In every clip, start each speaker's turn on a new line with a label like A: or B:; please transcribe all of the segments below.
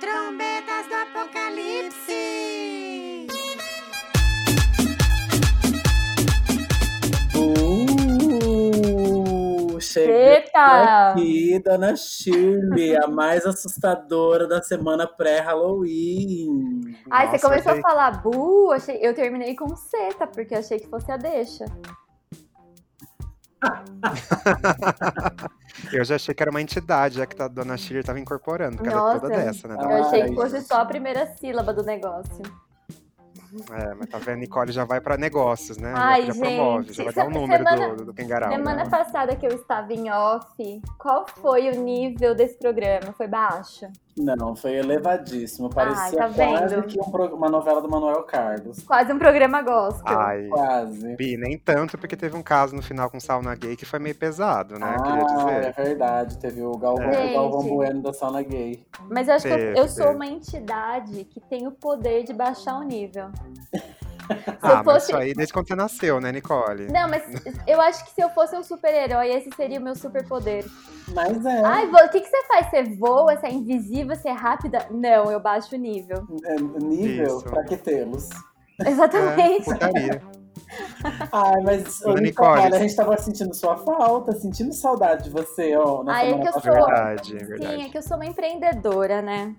A: Trombetas do Apocalipse!
B: Uh, cheguei
C: Eita!
D: Né,
B: aqui, Dona Shirley, a mais assustadora da semana pré-Halloween.
C: Ai, você
D: Nossa,
C: começou
D: achei-
C: a falar bu, achei... eu terminei com seta, porque eu achei que fosse a deixa.
D: Eu já achei que era uma entidade, já que a dona Shirley tava incorporando, porque ela é toda
C: Nossa. então.
D: dessa, né?
B: Ah.
C: Eu achei que
B: Ai.
C: fosse só a primeira sílaba do negócio.
D: É, mas tá vendo, Nicole já vai pra negócios, né?
C: Ai,
D: já, já promove,
C: gente,
D: já vai dar o
C: se-
D: número
C: semana-
D: do, né? do Pengarau.
C: Semana passada que eu estava em off, qual foi o nível desse programa? Foi baixo?
B: Não, foi elevadíssimo. Parecia
C: tá
B: quase
C: vendo?
B: que um pro- uma novela do Manuel Carlos.
C: Quase um programa gospel.
D: Ai,
B: Quase.
D: Bi, nem tanto, porque teve um caso no final com sauna gay que foi meio pesado, né? Queria
B: Ah, é
D: dizer.
B: verdade. Teve o Galvão,
C: Gente.
B: o Galvão Bueno da Sauna Gay.
C: Mas eu acho que eu,
D: Teve,
C: eu sou
D: teve.
C: uma entidade que tem o poder de baixar o nível. Se
D: Ah,
C: eu
D: mas
C: fosse
D: isso aí desde quando você nasceu, né, Nicole?
C: Não, mas eu acho que se eu fosse um super-herói, esse seria o meu superpoder.
B: Mas é.
C: Ai, vo- o que, que você faz? Você voa, você é invisível, você é rápida? Não, eu baixo o nível.
B: é nível
D: Isso.
B: pra que tê-los.
D: É,
C: Exatamente.
D: putaria.
B: Ai, mas ô,
D: Dona
B: Nicole,
D: Nicole.
B: a gente tava sentindo sua falta, sentindo saudade de você, ó. Na
C: Ah, é
B: semana
C: que eu
B: passada.
C: sou-
D: Verdade, é
C: Sim, é
D: verdade.
C: que eu sou uma empreendedora, né?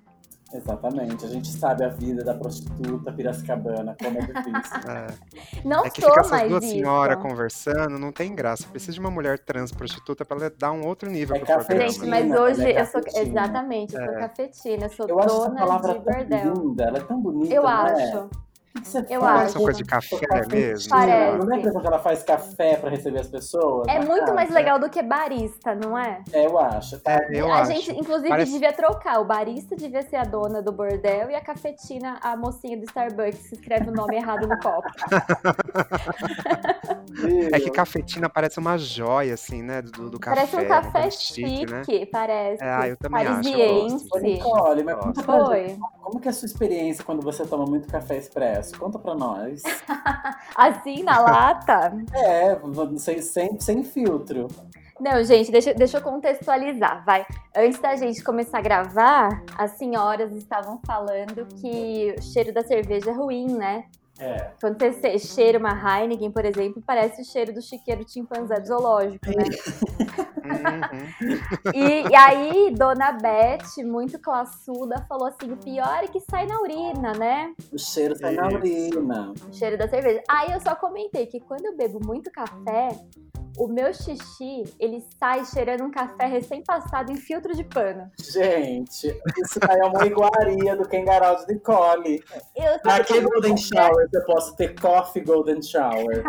B: Exatamente. A gente sabe a vida da prostituta piracicabana, como é difícil.
D: É,
C: Não
D: É que
C: sou
D: fica essas
C: mais
D: duas
C: isso.
D: senhoras conversando, não tem graça. Precisa de uma mulher trans prostituta pra ela dar um outro nível
B: É
D: pro programa.
B: cafetina,
C: Gente, mas
B: ela é
C: hoje eu sou.
B: cafetina.
C: Exatamente, eu sou
D: É.
C: cafetina, eu sou
B: Eu acho essa
C: dona
B: palavra
C: de
B: tão
C: bordel.
B: linda, ela é tão bonita,
C: Eu
B: não é?
C: acho.
B: O que você faz?
C: Eu
D: Não é
C: acho.
D: só coisa de café
B: Cafetina.
D: mesmo?
C: Parece.
B: Não é quando ela faz café pra receber as pessoas?
C: É
B: na
C: muito
B: casa?
C: mais legal do que barista, não é?
B: É, eu acho. Tá?
D: É, eu
C: a
D: acho.
C: gente, inclusive,
D: Parece-
C: devia trocar. O barista devia ser a dona do bordel e a cafetina, a mocinha do Starbucks, que escreve o nome errado no copo.
D: É que cafetina parece uma joia, assim, né? Do, do café.
C: parece um
D: uma
C: café
D: coisa
C: chique,
D: né?
C: parece.
D: É, ah, eu também acho, eu
C: parisiense.
B: Ô, Nicole, mas conta pra gente,
C: Foi.
B: como que é a sua experiência quando você toma muito café expresso? Conta pra nós.
C: Assim, na lata.
B: é, não sei, sem, sem filtro.
C: Não, gente, deixa, deixa eu contextualizar, vai. Antes da gente começar a gravar, as senhoras estavam falando que o cheiro da cerveja é ruim, né?
B: É.
C: Quando você se- cheira uma Heineken, por exemplo, parece o cheiro do chiqueiro chimpanzé do zoológico, né?
D: Uhum.
C: E, e aí, Dona Beth, muito classuda, falou assim: o pior é que sai na urina, né?
B: O cheiro sai na
D: Isso.
B: urina.
C: O cheiro da cerveja. Aí eu só comentei que quando eu bebo muito café, o meu xixi, ele sai cheirando um café recém-passado em filtro de pano.
B: Gente, isso daí é uma iguaria do Kengarau de Nicole.
C: Eu
B: Pra
C: só
B: que Golden Shower se eu posso ter Coffee Golden Shower?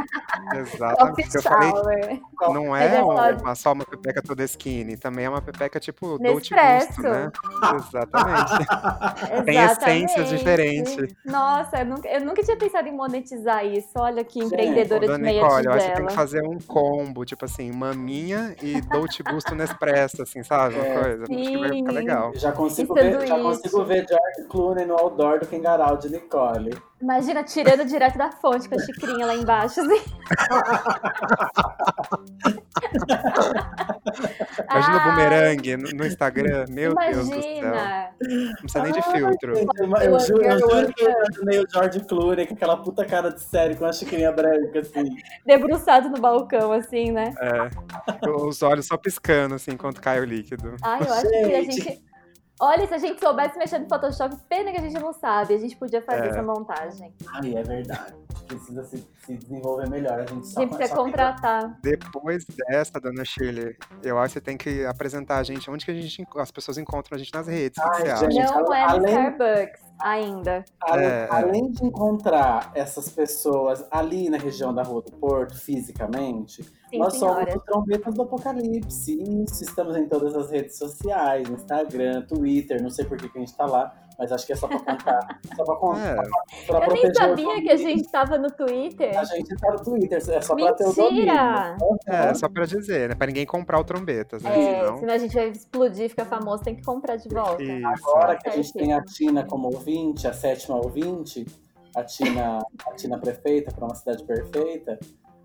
C: É
D: Exatamente.
C: Coffee
D: Eu falei,
C: shower.
D: não
C: Mas é
D: é
C: só-
D: uma, só uma pepeca toda skinny, também é uma pepeca tipo Dolce
C: Nespresso.
D: Gusto, né? Exatamente. Tem essências
C: né? Exatamente.
D: diferentes.
C: Nossa, eu nunca, eu nunca tinha pensado em monetizar isso. Olha que
B: Gente,
C: empreendedora
D: Dona
C: de meia
D: Nicole, eu acho que tem que
C: tigela.
D: fazer um combo, tipo assim, maminha e Dolce Gusto Nespresso, assim, sabe? Uma
B: É.
D: coisa. Acho que vai ficar
C: Sim.
D: legal.
B: Eu Já consigo,
C: E
B: ver, já
C: sanduíche.
B: consigo ver George Clooney no outdoor do Kengarau de Nicole.
C: Imagina, tirando direto da fonte com a xicrinha lá embaixo. Assim.
D: Imagina o
C: Ai,
D: bumerangue no no Instagram. Meu Deus do céu.
C: Ah. Imagina.
D: Não precisa nem de filtro.
B: Gente, eu, eu,
C: Eu
B: juro, eu
C: amo,
B: juro
C: eu
B: que eu imaginei o George Clooney com aquela puta cara de série com a chiquinha branca, assim.
C: Debruçado no balcão, assim, né?
D: É. Os olhos só piscando, assim, enquanto cai o líquido.
C: Ai, eu acho que a
B: Gente.
C: gente. Olha, se a gente soubesse mexer no Photoshop, pena que a gente não sabe. A gente podia fazer
D: É.
C: essa montagem.
B: Ai, é verdade. Precisa se, se desenvolver melhor. A gente
C: A
B: só
C: gente precisa
B: só tem-
C: contratar.
D: Depois dessa, dona Shirley, eu acho que você tem que apresentar a gente. Onde que a gente, enco- as pessoas encontram a gente nas redes? O que
B: Ai,
D: que você acha?
B: gente,
C: Não é no
B: além-
C: Starbucks ainda.
B: Ale-
D: É, é.
B: Além de encontrar essas pessoas ali na região da Rua do Porto, fisicamente,
C: Sim,
B: nós
C: senhora.
B: somos o Trombetas do Apocalipse. Isso, estamos em todas as redes sociais, Instagram, Twitter, não sei por que, que a gente tá lá, mas acho que é só pra contar. só pra contar.
C: tá
D: É,
B: pra
C: Eu nem
B: proteger o
C: sabia que a
B: domínio.
C: gente tava no Twitter.
B: A gente tá no Twitter, é só pra ter o domínio.
C: Mentira!
D: é, só pra dizer, né? Pra ninguém comprar o trombetas, né?
C: É,
D: Senão-
C: senão a gente vai explodir, fica famoso, tem que comprar de volta.
D: Isso.
B: Agora que a gente tem a Tina como ouvinte, a sétima ouvinte, a Tina, a Tina prefeita para uma cidade perfeita,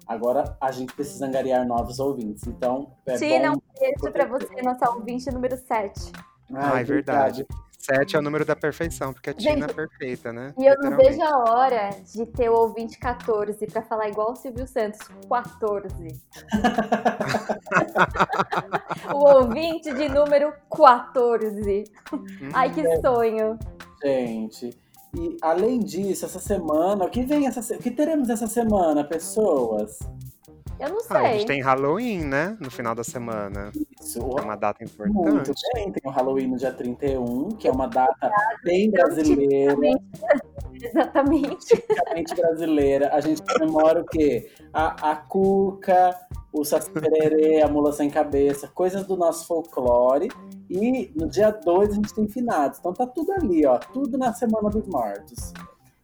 B: agora a gente precisa angariar novos ouvintes. Então, é
C: Tina,
B: bom...
C: um beijo pra você, nossa ouvinte número 7.
D: Ah, é verdade. Sete é o número da perfeição, porque a Tina é perfeita, né?
C: E eu não vejo a hora de ter o ouvinte 14 pra falar igual o Silvio Santos, 14. o ouvinte de número 14.
D: Hum.
C: Ai, que sonho.
B: Gente, e além disso, essa semana, o que vem essa se- o que teremos essa semana, pessoas?
C: Eu não
D: Ah, a
C: sei.
D: gente tem Halloween, né? No final da semana.
B: Isso,
D: É uma data importante.
B: muito bem, tem o Halloween no dia 31, que é uma data bem brasileira,
C: Exatamente.
B: tipicamente brasileira. A gente comemora o quê? A, a cuca, o sacererê, a mula sem cabeça, coisas do nosso folclore. E no dia 2 a gente tem finados. Então tá tudo ali, ó, tudo na Semana dos Mortos.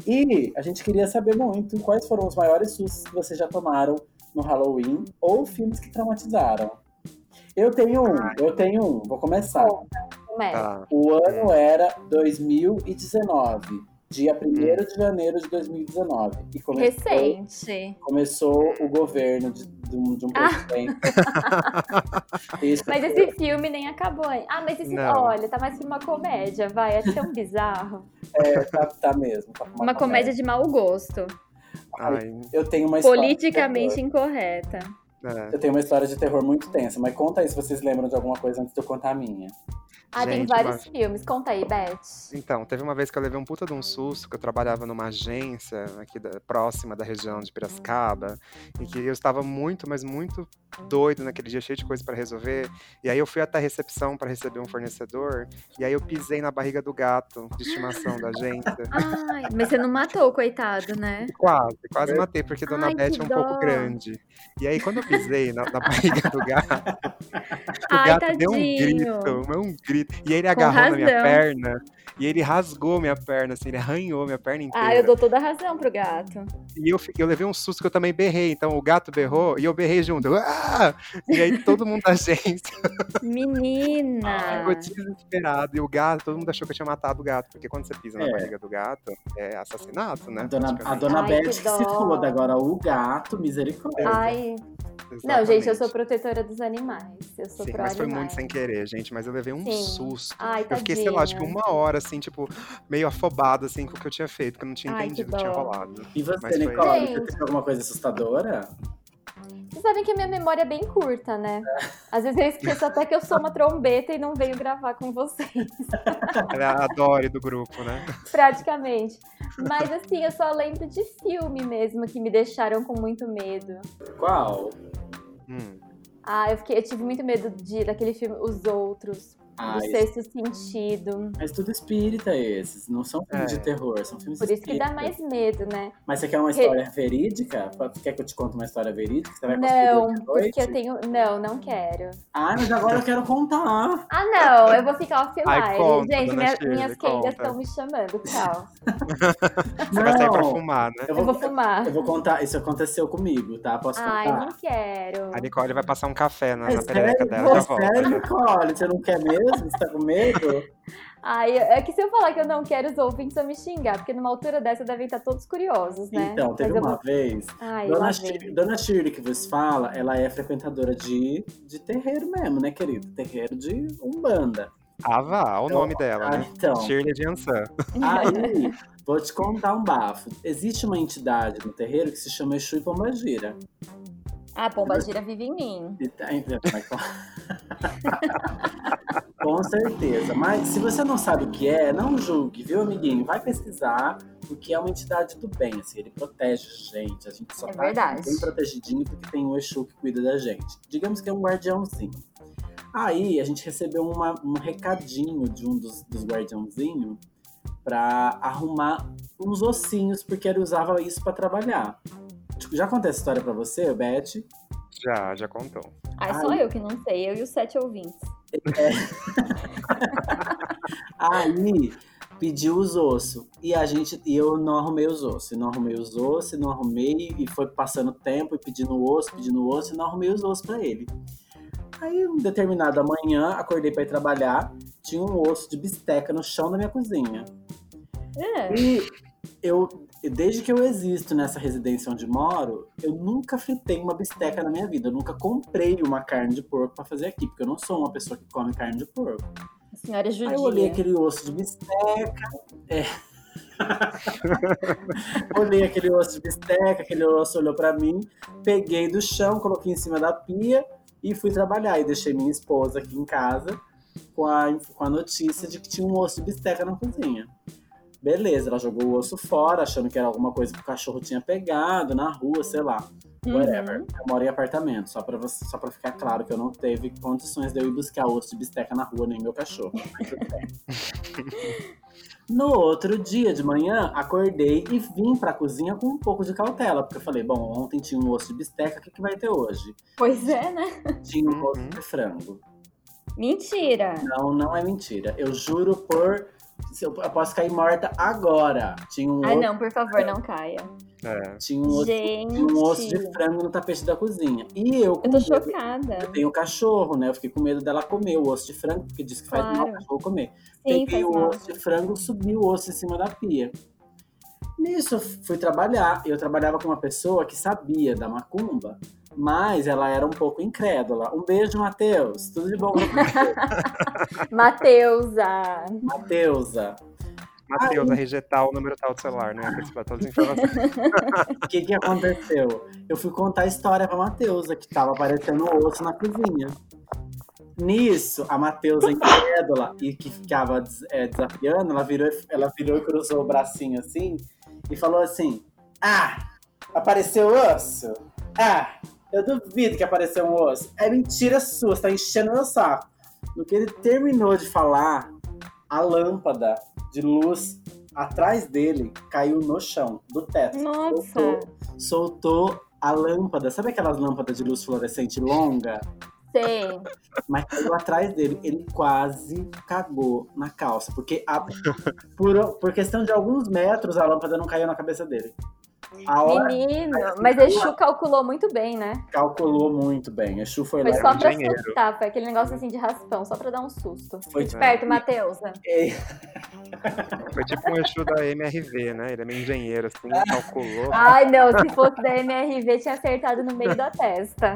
B: E a gente queria saber muito quais foram os maiores sustos que vocês já tomaram no Halloween ou filmes que traumatizaram. Eu tenho um, eu tenho um, vou começar.
C: Começa.
D: Tá.
B: O ano era 2019, dia 1 de janeiro de 2019. E começou,
C: Recente.
B: começou o governo de, de um, de um
C: Ah.
B: presidente. Isso
C: Mas
B: foi-
C: esse filme nem acabou ainda. Ah, mas esse.
D: Não.
C: Olha, tá mais pra uma comédia, vai. É tão bizarro.
B: é, tá, tá mesmo. tá
C: Uma comédia de mau gosto.
D: Ai,
B: Eu tenho uma história de
C: Politicamente incorreta.
D: é.
B: terror. Eu tenho uma história de terror muito tensa, mas conta aí se vocês lembram de alguma coisa antes de eu contar a minha.
C: Ah, tem
D: Gente,
C: vários filmes. Conta aí, Beth.
D: Então, teve uma vez que eu levei um puta de um susto, que eu trabalhava numa agência aqui da- próxima da região de Piracicaba, e que eu estava muito, mas muito doido naquele dia, cheio de coisa pra resolver. E aí eu fui até a recepção pra receber um fornecedor, e aí eu pisei na barriga do gato de estimação da agência.
C: Ai, mas você não matou, coitado, né?
D: Quase, quase matei, porque Dona
C: Ai,
D: Beth
C: que
D: é um
C: dó.
D: pouco grande. E aí, quando eu pisei na, na barriga do gato, o
C: Ai,
D: gato
C: tadinho.
D: deu um grito, mas um grito. E ele agarrou na minha
C: razão.
D: perna, e ele rasgou minha perna, assim, ele arranhou minha perna inteira.
C: Ah, eu dou toda a razão pro gato.
D: E eu, fi- eu levei um susto que eu também berrei. Então o gato berrou e eu berrei junto. Eu, "Ah!" E aí todo mundo da gente
C: Menina!
D: ficou desesperado. E o gato, todo mundo achou que eu tinha matado o gato. Porque quando você pisa
B: É.
D: na barriga do gato, é assassinato, né?
B: A dona, a
D: praticamente.
B: dona
C: Ai,
B: Beth
C: que
B: que, se
C: dó.
B: foda agora, o gato, misericórdia.
C: Ai, não, gente, eu
D: Exatamente.
C: sou protetora dos animais. Eu sou
D: Sim,
C: pro
D: mas foi
C: animais.
D: muito sem querer, gente. Mas eu levei um
C: Sim.
D: susto.
C: Ai, tadinho.
D: Eu fiquei, sei lá, acho que uma hora, assim, tipo, meio afobada, assim, com o que eu tinha feito, que eu não tinha
C: Ai, que
D: entendido o que tinha
C: dó.
D: rolado.
B: E você,
D: Mas foi-
B: Nicole, você
C: Gente.
B: teve alguma coisa assustadora?
C: Vocês sabem que a minha memória é bem curta, né? Às vezes eu esqueço até que eu sou uma trombeta e não venho gravar com vocês,
D: Ela é a Dory do grupo, né?
C: praticamente. Mas assim, eu só lembro de filme mesmo que me deixaram com muito medo.
B: Qual?
D: Hum.
C: Ah, eu, fiquei, eu tive muito medo de, daquele filme Os Outros,
B: Ah,
C: do
B: esse-
C: Sexto Sentido.
B: Mas tudo espírita esses, não são filmes
D: É.
B: de terror, são filmes
C: Por isso que dá
B: espíritas.
C: mais medo, né?
B: Mas você quer uma
C: Que-
B: história verídica? Fa- Quer que eu te conte uma história verídica? Você vai conseguir
C: Não,
B: dormir à noite?
C: porque eu tenho. Não, não quero.
B: Ah, mas agora eu quero contar.
C: Ah, não, eu vou ficar
D: Ai, conta,
C: offline. Gente,
D: dona
C: minha-
D: Shirley,
C: minhas quengas
D: conta.
C: estão me chamando, tchau.
D: Você vai sair pra
B: Não,
D: fumar, né?
B: Eu
C: Eu
B: vou,
C: vou fumar.
B: eu vou contar, isso aconteceu comigo, tá? Posso
C: Ai,
B: contar?
C: não quero.
D: A Nicole vai passar um café na,
B: É
D: na perereca
B: sério?
D: dela e já
B: É sério,
D: volta. né?
B: Nicole? Você não quer mesmo? Você tá com medo?
C: Ai, é que se eu falar que eu não quero, os ouvintes vão me xingar, porque numa altura dessa devem estar todos curiosos, né?
B: Então, teve
C: Mas eu
B: uma
C: vou-
B: vez.
C: Ai, lá
B: Dona,
C: vem.
B: Shir- Dona Shirley que vos fala, ela é frequentadora de, de terreiro mesmo, né, querido? Terreiro de Umbanda.
D: Ah, vá, olha o
B: Então,
D: nome dela,
B: Ah,
D: né?
B: então.
D: Shirley Jansan.
B: Aí, vou te contar um bafo. Existe uma entidade no terreiro que se chama Exu e Pombagira.
C: A pomba gira vive em mim.
B: E tá- mas com- Com certeza. Mas se você não sabe o que é, não julgue, viu, amiguinho? Vai pesquisar, porque é uma entidade do bem, assim, ele protege a gente. A gente só
C: É
B: tá
C: verdade.
B: bem protegidinho porque tem o Exu que cuida da gente. Digamos que é um guardiãozinho. Aí a gente recebeu uma- um recadinho de um dos, dos guardiãozinhos pra arrumar uns ossinhos, porque ele usava isso pra trabalhar. Tipo, Já contei essa história pra você, Beth?
D: Já, já contou.
C: Ai,
B: só
C: só
B: Ai.
C: eu que não sei, eu e os sete ouvintes.
B: Aí pediu os ossos. E a gente. E eu não arrumei os ossos. E não arrumei os ossos, e não arrumei. E foi passando tempo e pedindo osso, pedindo osso, e não arrumei os ossos pra ele. Aí, um determinado manhã, acordei pra ir trabalhar. Tinha um osso de bisteca no chão da minha cozinha.
C: É.
B: E eu, desde que eu existo nessa residência onde moro, eu nunca fritei uma bisteca na minha vida. Eu nunca comprei uma carne de porco pra fazer aqui, porque eu não sou uma pessoa que come carne de porco.
C: senhora é judia.
B: Aí eu olhei aquele osso de bisteca. é. olhei aquele osso de bisteca, aquele osso olhou pra mim, peguei do chão, coloquei em cima da pia e fui trabalhar. E deixei minha esposa aqui em casa com a, com a notícia de que tinha um osso de bisteca na cozinha. Beleza, ela jogou o osso fora, achando que era alguma coisa que o cachorro tinha pegado na rua, sei lá. Whatever.
C: Uhum.
B: Eu moro em apartamento, só pra, você, só pra ficar claro que eu não teve condições de eu ir buscar osso de bisteca na rua, nem meu cachorro. Mas tudo bem. No outro dia de manhã, acordei e vim pra cozinha com um pouco de cautela, porque eu falei, bom, ontem tinha um osso de bisteca, o que, que vai ter hoje?
C: Pois é, né?
B: Tinha um
D: Uhum.
B: osso de frango.
C: Mentira.
B: Não, não é mentira. Eu juro por. se Eu eu posso cair morta agora. Tinha um
C: Ai,
B: osso,
C: não, por favor, não caia.
D: É.
B: tinha um osso,
C: Gente,
B: tinha um osso de frango no tapete da cozinha. E eu, com
C: eu tô
B: medo-
C: chocada.
B: eu tenho cachorro, né? Eu fiquei com medo dela comer o osso de frango, porque diz que faz mal o
C: Claro.
B: cachorro comer.
C: Sim,
B: Peguei
C: faz
B: o
C: mal.
B: osso de frango, subi o osso em cima da pia. Nisso, eu fui trabalhar. Eu trabalhava com uma pessoa que sabia da macumba, mas ela era um pouco incrédula. Um beijo, Matheus. Tudo de bom,
C: Mateusa.
B: Matheusa.
D: Matheus, a rejeitar o número tal do celular, né? Participar todas as informações.
B: O que, que aconteceu? Eu fui contar a história pra Mateusa, que tava aparecendo um osso na cozinha. Nisso, a Mateusa incrédula e que ficava des- é, desafiando, ela virou, e- ela virou e cruzou o bracinho assim e falou assim: Ah, apareceu osso? Ah, eu duvido que apareceu um osso. É mentira sua, você tá enchendo meu saco. No que ele terminou de falar, a lâmpada de luz atrás dele caiu no chão, do teto
C: Nossa.
B: soltou a lâmpada. Sabe aquelas lâmpadas de luz fluorescente longa?
C: Sei.
B: Mas caiu atrás dele. Ele quase cagou na calça. Porque a- por, por questão de alguns metros, a lâmpada não caiu na cabeça dele. A hora
C: Menino. Mas Exu calculou muito bem, né?
B: calculou muito bem. Exu foi
C: Foi
B: lá.
C: só
D: um
C: pra
D: engenheiro.
C: assustar. Foi aquele negócio assim de raspão, só pra dar um susto.
B: Foi
C: Esperto, Mateusa.
B: e-
D: Foi tipo um eixo da MRV, né? Ele é meio engenheiro, assim, calculou.
C: Ai, não, se fosse da MRV, tinha acertado no meio da testa.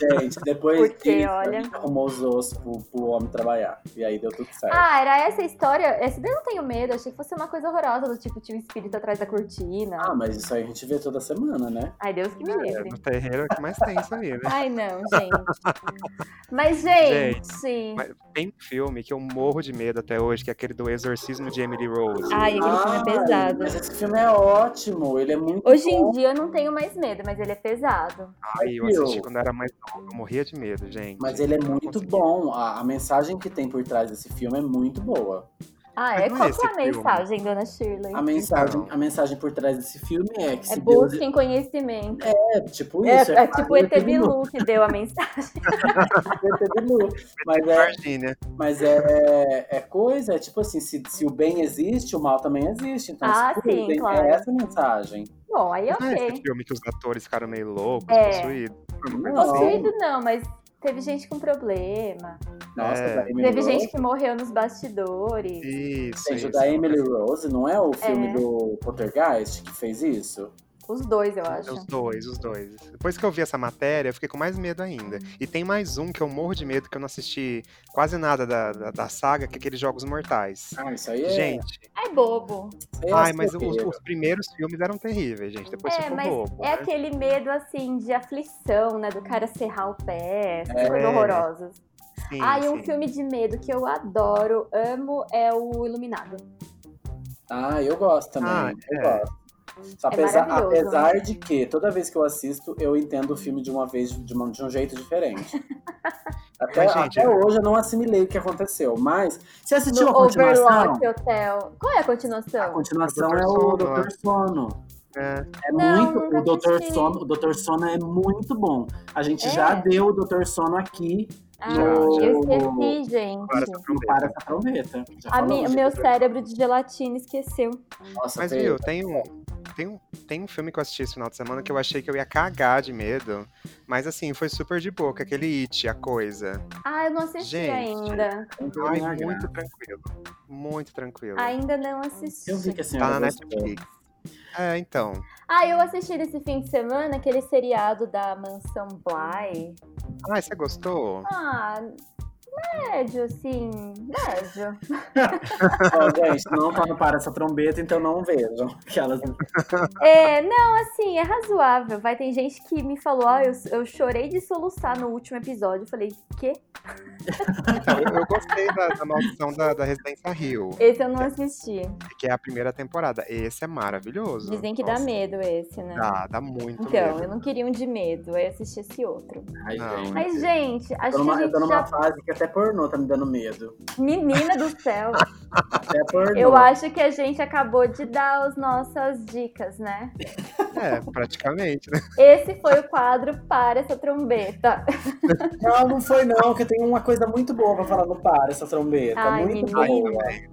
B: Gente, depois
C: Porque,
B: disso, a
C: olha-
B: gente arrumou os ossos pro, pro homem trabalhar. E aí deu tudo
D: É.
B: certo.
C: Ah, era essa a história? Essa daí eu não tenho medo, achei que fosse uma coisa horrorosa, do tipo, tinha um espírito atrás da cortina.
B: Ah, mas isso aí a gente vê toda semana, né?
C: Ai, Deus que me livre.
D: No terreiro é o que mais tem isso aí, né?
C: Ai, não, gente. Mas, gente...
D: mas- Tem um filme que eu morro de medo até hoje, que é aquele do Exorcismo de Emily Rose.
C: Ai, aquele filme é pesado.
B: Ah, Mas esse filme é ótimo. Ele é muito
C: Hoje
B: bom.
C: em dia eu não tenho mais medo, mas ele é pesado.
D: Ai, eu assisti quando era mais novo, eu morria de medo, gente.
B: Mas ele é
D: Não
B: muito
D: consegui.
B: bom. A, a mensagem que tem por trás desse filme é muito boa.
C: Ah,
D: Mas
C: é?
D: não é
C: Qual
D: esse
C: que é a
D: filme.
C: mensagem, dona Shirley?
B: A mensagem,
D: Então.
B: a mensagem por trás desse filme é que
C: É
B: se Deus
C: busquem conhecimento.
B: é tipo
C: É,
B: isso.
C: é tipo o ET
B: Bilu.
C: Bilu que deu a mensagem.
B: ET Bilu. Mas, é,
D: Virgínia.
B: mas é, é coisa, é tipo assim, se, se o bem existe, o mal também existe. Então,
C: Ah,
B: se
C: sim,
B: cuidem.
C: claro.
B: é essa a mensagem.
C: Bom, aí
D: Não é
C: ok.
D: esse filme que os atores ficaram meio loucos,
C: É.
D: possuídos. Foi uma coisa
B: Não.
D: assim.
C: Possuído não, mas teve gente com problema.
B: Nossa,
D: É.
B: da Emily
C: Teve
B: Rose.
C: gente que morreu nos bastidores.
D: Isso,
B: Gente,
D: isso.
B: o da Emily Rose, não é o filme
C: É.
B: do Poltergeist que fez isso?
C: Os dois, eu
D: É
C: acho.
D: Os dois, os dois. Depois que eu vi essa matéria, eu fiquei com mais medo ainda.
C: Hum.
D: E tem mais um que eu morro de medo, que eu não assisti quase nada da, da, da saga, que é aqueles Jogos Mortais.
B: Ah, isso aí é.
D: Gente,
C: É bobo.
B: isso aí é
D: ai, mas os,
B: asqueiro.
D: os primeiros filmes eram terríveis, gente. Depois
C: É,
D: ficou
C: mas
D: bobo.
C: É
D: né?
C: aquele medo, assim, de aflição, né? Do cara serrar o pé, essas
B: É.
C: coisas horrorosas.
D: Sim,
C: Ah, e um
D: sim.
C: filme de medo que eu adoro, amo, é o Iluminado.
B: Ah, eu gosto também.
D: Ah,
B: eu
D: é.
B: gosto. Apesar,
C: maravilhoso, né?
B: apesar de que toda vez que eu assisto, eu entendo o filme de uma vez de, uma- de um jeito diferente. Até,
D: Mas, gente, é-
B: até
D: eu-
B: hoje eu não assimilei o que aconteceu, mas você assistiu
C: No
B: a continuação?
C: Overlock Hotel. Qual é a continuação?
B: A continuação
D: Dr.
B: é o
D: Sono,
B: Doutor Sono.
D: É.
B: É
C: Não,
B: muito,
C: nunca
B: o Doutor
C: assisti.
B: Sono, o Doutor Sono é muito bom. A gente
C: É?
B: já deu o Doutor Sono aqui
C: Ah,
D: Já,
C: eu
B: já.
C: esqueci,
D: Para
C: gente.
D: essa
B: no
D: promessa.
B: Para essa Prometa. Já
C: A mi-
B: falamos
C: meu
B: disso.
C: cérebro de gelatina esqueceu.
B: Nossa,
D: Mas,
B: Pedro.
D: viu, tem um, tem, um, tem um filme que eu assisti esse final de semana que eu achei que eu ia cagar de medo. Mas, assim, foi super de boca. Aquele It, a coisa.
C: Ah, eu não assisti
D: Gente.
C: ainda.
D: Ai,
B: Ai,
D: tá muito tranquilo. Muito tranquilo.
C: Ainda não assisti.
B: Eu vi que a senhora
D: tá na
B: gostou.
D: Netflix. É, então.
C: Ah, eu assisti nesse fim de semana aquele seriado da Mansão Bly.
D: Ah, você gostou?
C: Ah, Médio, assim, médio.
B: Ó, gente, não tá no Para Essa Trombeta, então não vejam. Aquelas...
C: É, não, assim, é razoável. Vai, tem gente que me falou, ó, eu, eu chorei de soluçar no último episódio. Eu falei, quê?
B: Ah,
D: Então, eu,
B: tá.
D: eu gostei da, da maldição da, da Residência Rio,
C: Esse eu não assisti.
D: que é a primeira temporada. Esse é maravilhoso.
C: Dizem que dá
D: Nossa,
C: medo esse, né?
D: Dá, dá muito
C: Então,
D: medo.
C: eu não queria um de medo, aí assisti esse outro.
B: Ai,
D: Não,
B: gente.
C: Mas, gente,
B: Eu
C: acho
B: tô numa,
C: que a
B: eu tô
C: gente
B: numa
C: já.
B: fase que até pornô tá me dando medo.
C: Menina do céu!
B: Até pornô.
C: Eu acho que a gente acabou de dar as nossas dicas, né?
D: É, praticamente, né?
C: Esse foi o quadro para essa trombeta.
B: Não, não foi não, que tem uma coisa muito boa pra falar no Para Essa Trombeta.
C: Ai,
B: muito
C: menina.
B: boa.
D: É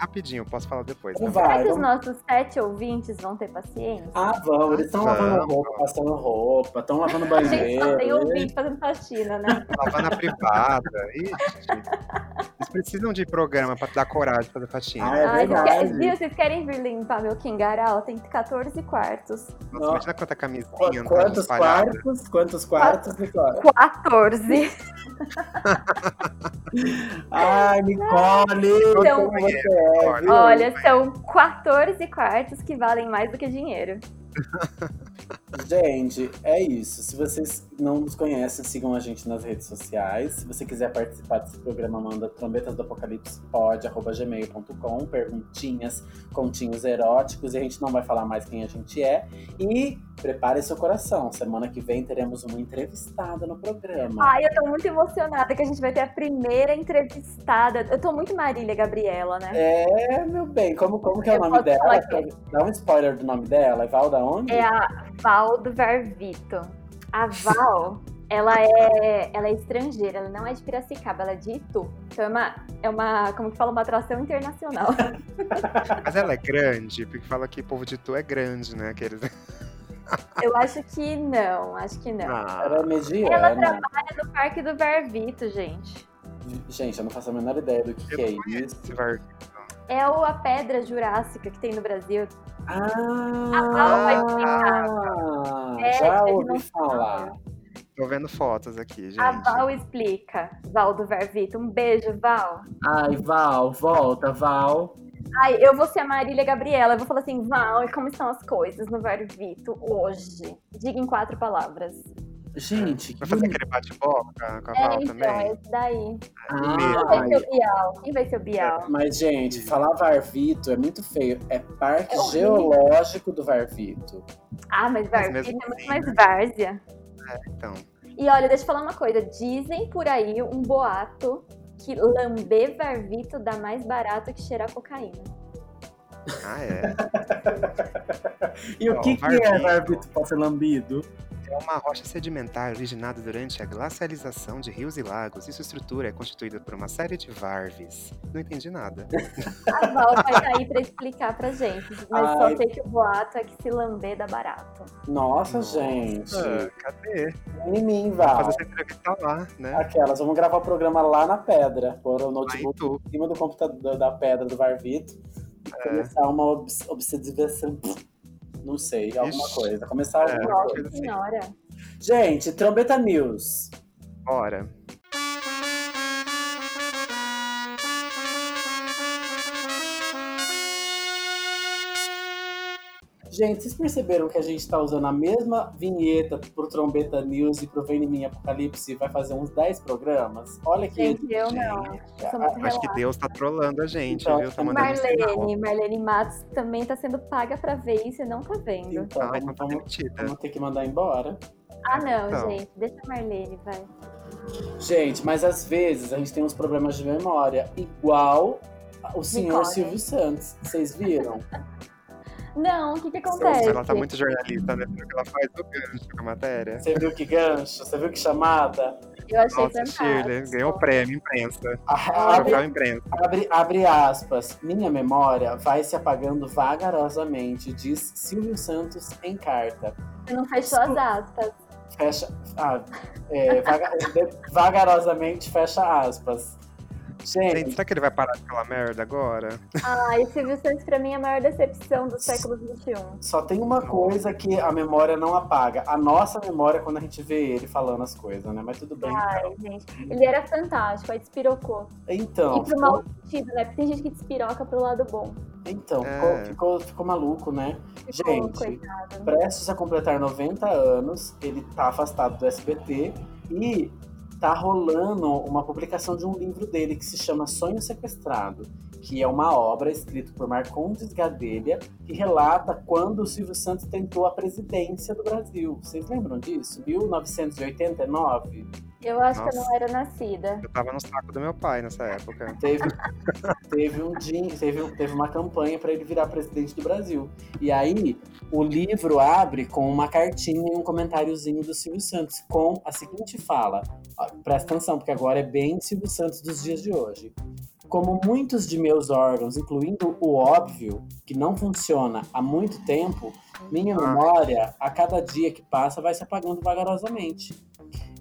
D: rapidinho, posso falar depois.
B: Não
D: Né?
B: vai.
C: Será que os
B: vamos-
C: nossos sete ouvintes vão ter paciência?
B: Ah, vamos. Eles estão lavando
D: Vamos.
B: roupa, passando roupa, estão lavando
C: A gente só tem
B: banheiro. né?
C: ouvinte fazendo faxina, né?
D: Lavar na privada. Ixi, gente. Eles precisam de programa pra dar coragem pra fazer faxina.
B: Ah, É
C: Ai, vocês
B: verdade.
C: querem, viu? Vocês querem vir limpar meu quingaral? Tem 14 quartos.
D: Nossa, imagina quanta camisinha
B: Qu-
D: andando
B: Quantos
D: espalhada.
B: quartos? Quantos quartos, Nicole?
C: 14!
B: Ai, Nicole!
C: Então-
B: como você é, viu?
C: Olha, são 14 quartos que valem mais do que dinheiro.
B: Gente, é isso. Se vocês não nos conhecem, sigam a gente nas redes sociais. Se você quiser participar desse programa, manda trombetasdoapocalipsepod.gmail.com perguntinhas, continhos eróticos, e a gente não vai falar mais quem a gente é. E prepare seu coração. Semana que vem teremos uma entrevistada no programa.
C: Ai, eu tô muito emocionada que a gente vai ter a primeira entrevistada. Eu tô muito Marília Gabriela, né?
B: É, meu bem, como, como que é
C: Eu
B: o nome
C: posso falar
B: dela?
C: aqui.
B: Dá um spoiler do nome dela. É Val da onde?
C: É a Val do Varvito. A Val, ela é, ela é estrangeira, ela não é de Piracicaba, ela é de Itu. Então é uma, é uma como que fala, uma atração internacional.
D: Mas ela é grande, porque fala que o povo de tu é grande, né? Aqueles...
C: Eu acho que não, acho que não.
B: Ela é
D: Ah,
B: mediana.
C: Ela trabalha no Parque do Varvito, gente.
B: Gente, eu não faço a menor ideia do que, que é isso.
D: esse var-
C: É o- a pedra jurássica que tem no Brasil. Val vai explicar.
B: Ah,
C: É,
B: já
C: ele
B: ouvi
C: não
B: falar.
D: Tô vendo fotos aqui, gente.
C: A Val explica. Val do Varvito. Um beijo, Val.
B: Ai, Val, volta, Val.
C: Ai, eu vou ser a Marília Gabriela. Eu vou falar assim, Val, e como estão as coisas no Varvito hoje? Diga em quatro palavras.
B: Gente, que
D: Vai fazer
B: bonito.
D: aquele bate-boca com
C: Hum.
D: a
C: É,
D: Val
C: então, é
D: também?
C: esse daí. Quem vai
B: Ai,
C: ser o Bial? Quem vai ser o
D: É,
C: Bial?
B: mas, gente, falar Varvito é muito feio. É Parque
C: É horrível.
B: Geológico do Varvito.
C: Ah, mas
D: Mas
C: Varvito
D: mesmo
C: é muito
D: assim,
C: mais
D: né?
C: várzea.
D: Então,
C: E olha, deixa eu falar uma coisa. Dizem por aí um boato que lamber Varvito dá mais barato que cheirar cocaína.
D: ah, é.
B: E o
D: Ó,
B: que, que é
D: Varvito.
B: Varvito pra ser lambido?
D: É uma rocha sedimentar originada durante a glacialização de rios e lagos, e sua estrutura é constituída por uma série de varves. Não entendi nada.
C: A Val vai tá aí pra explicar pra gente. Mas
B: Ai.
C: só sei que o boato é que se lamber dá barato.
B: Nossa,
D: Nossa.
B: gente.
D: Ah, cadê?
B: Vem em mim,
D: Fazer
B: Val.
D: essa entrevista lá, né?
B: Aquelas, vamos gravar o programa lá na pedra. Pôr o
D: Aí
B: notebook
D: tu.
B: em cima do computador da pedra do Varvito
D: É.
B: e começar uma obs obsedivação. Não sei, alguma
D: Ixi.
B: coisa. Começar
D: É,
B: alguma
D: uma
B: coisa.
D: coisa assim.
C: Senhora.
B: Gente, Trombeta News.
D: Bora.
B: Gente, vocês perceberam que a gente tá usando a mesma vinheta pro Trombeta News e pro Vem em Mim Apocalipse vai fazer uns 10 programas? Olha que.
C: Gente, eu Então, não.
B: a-
C: Sou muito
D: Eu Acho que Deus tá trolando a gente,
B: Então,
D: viu? Tá mandando um sinal.
C: Marlene, então. Marlene Matos também tá sendo paga pra ver isso e não tá vendo.
B: então,
D: Ah, então
B: vamos,
D: tá
B: vamos,
D: demitida.
B: vamos ter que mandar embora.
C: Ah, não,
D: Então.
C: gente. Deixa a Marlene, vai.
B: Gente, mas às vezes a gente tem uns problemas de memória, igual o senhor
C: Nicole.
B: Silvio Santos. Vocês viram?
C: Não, o que que acontece?
D: Ela tá muito jornalista, né? Porque ela faz o gancho com a matéria.
B: Você viu que gancho? Você viu que chamada?
C: Eu achei
D: Nossa,
C: fantástico.
D: Shirley, ganhou o prêmio imprensa.
B: A- Abre,
D: Troféu imprensa.
B: abre, abre aspas. Minha memória vai se apagando vagarosamente, diz Silvio Santos em carta.
C: Você não fechou as aspas.
B: Fecha. Ah, é, vaga- de- vagarosamente fecha aspas.
D: Gente,
B: Gente,
D: será que ele vai parar com aquela merda agora?
C: Ah, esse Silvio Santos pra mim é a maior decepção do século um. XXI.
B: só tem uma coisa que a memória não apaga. A nossa memória quando a gente vê ele falando as coisas, né? Mas tudo bem.
C: Ai, gente. Ele era fantástico, aí despirocou.
B: Então,
C: e pro mau sentido, né? Porque tem gente que despiroca pro lado bom.
B: então
D: É.
B: ficou, ficou, ficou maluco, né?
C: Ficou,
B: Gente.
C: coitado.
B: Prestes a completar 90 anos, ele tá afastado do SBT e tá rolando uma publicação de um livro dele que se chama Sonho Sequestrado, que é uma obra escrita por Marcondes Gadelha que relata quando o Silvio Santos tentou a presidência do Brasil. Vocês lembram disso? 1989?
C: Eu acho que eu
D: Nossa.
C: não era nascida.
D: Eu tava no saco do meu pai nessa época.
B: Teve, teve um dia, teve, teve uma campanha para ele virar presidente do Brasil. E aí, o livro abre com uma cartinha e um comentáriozinho do Silvio Santos, com a seguinte fala. Ó, Presta atenção, porque agora é bem Silvio Santos dos dias de hoje. Como muitos de meus órgãos, incluindo o óbvio, que não funciona há muito tempo, minha memória, a cada dia que passa, vai se apagando vagarosamente.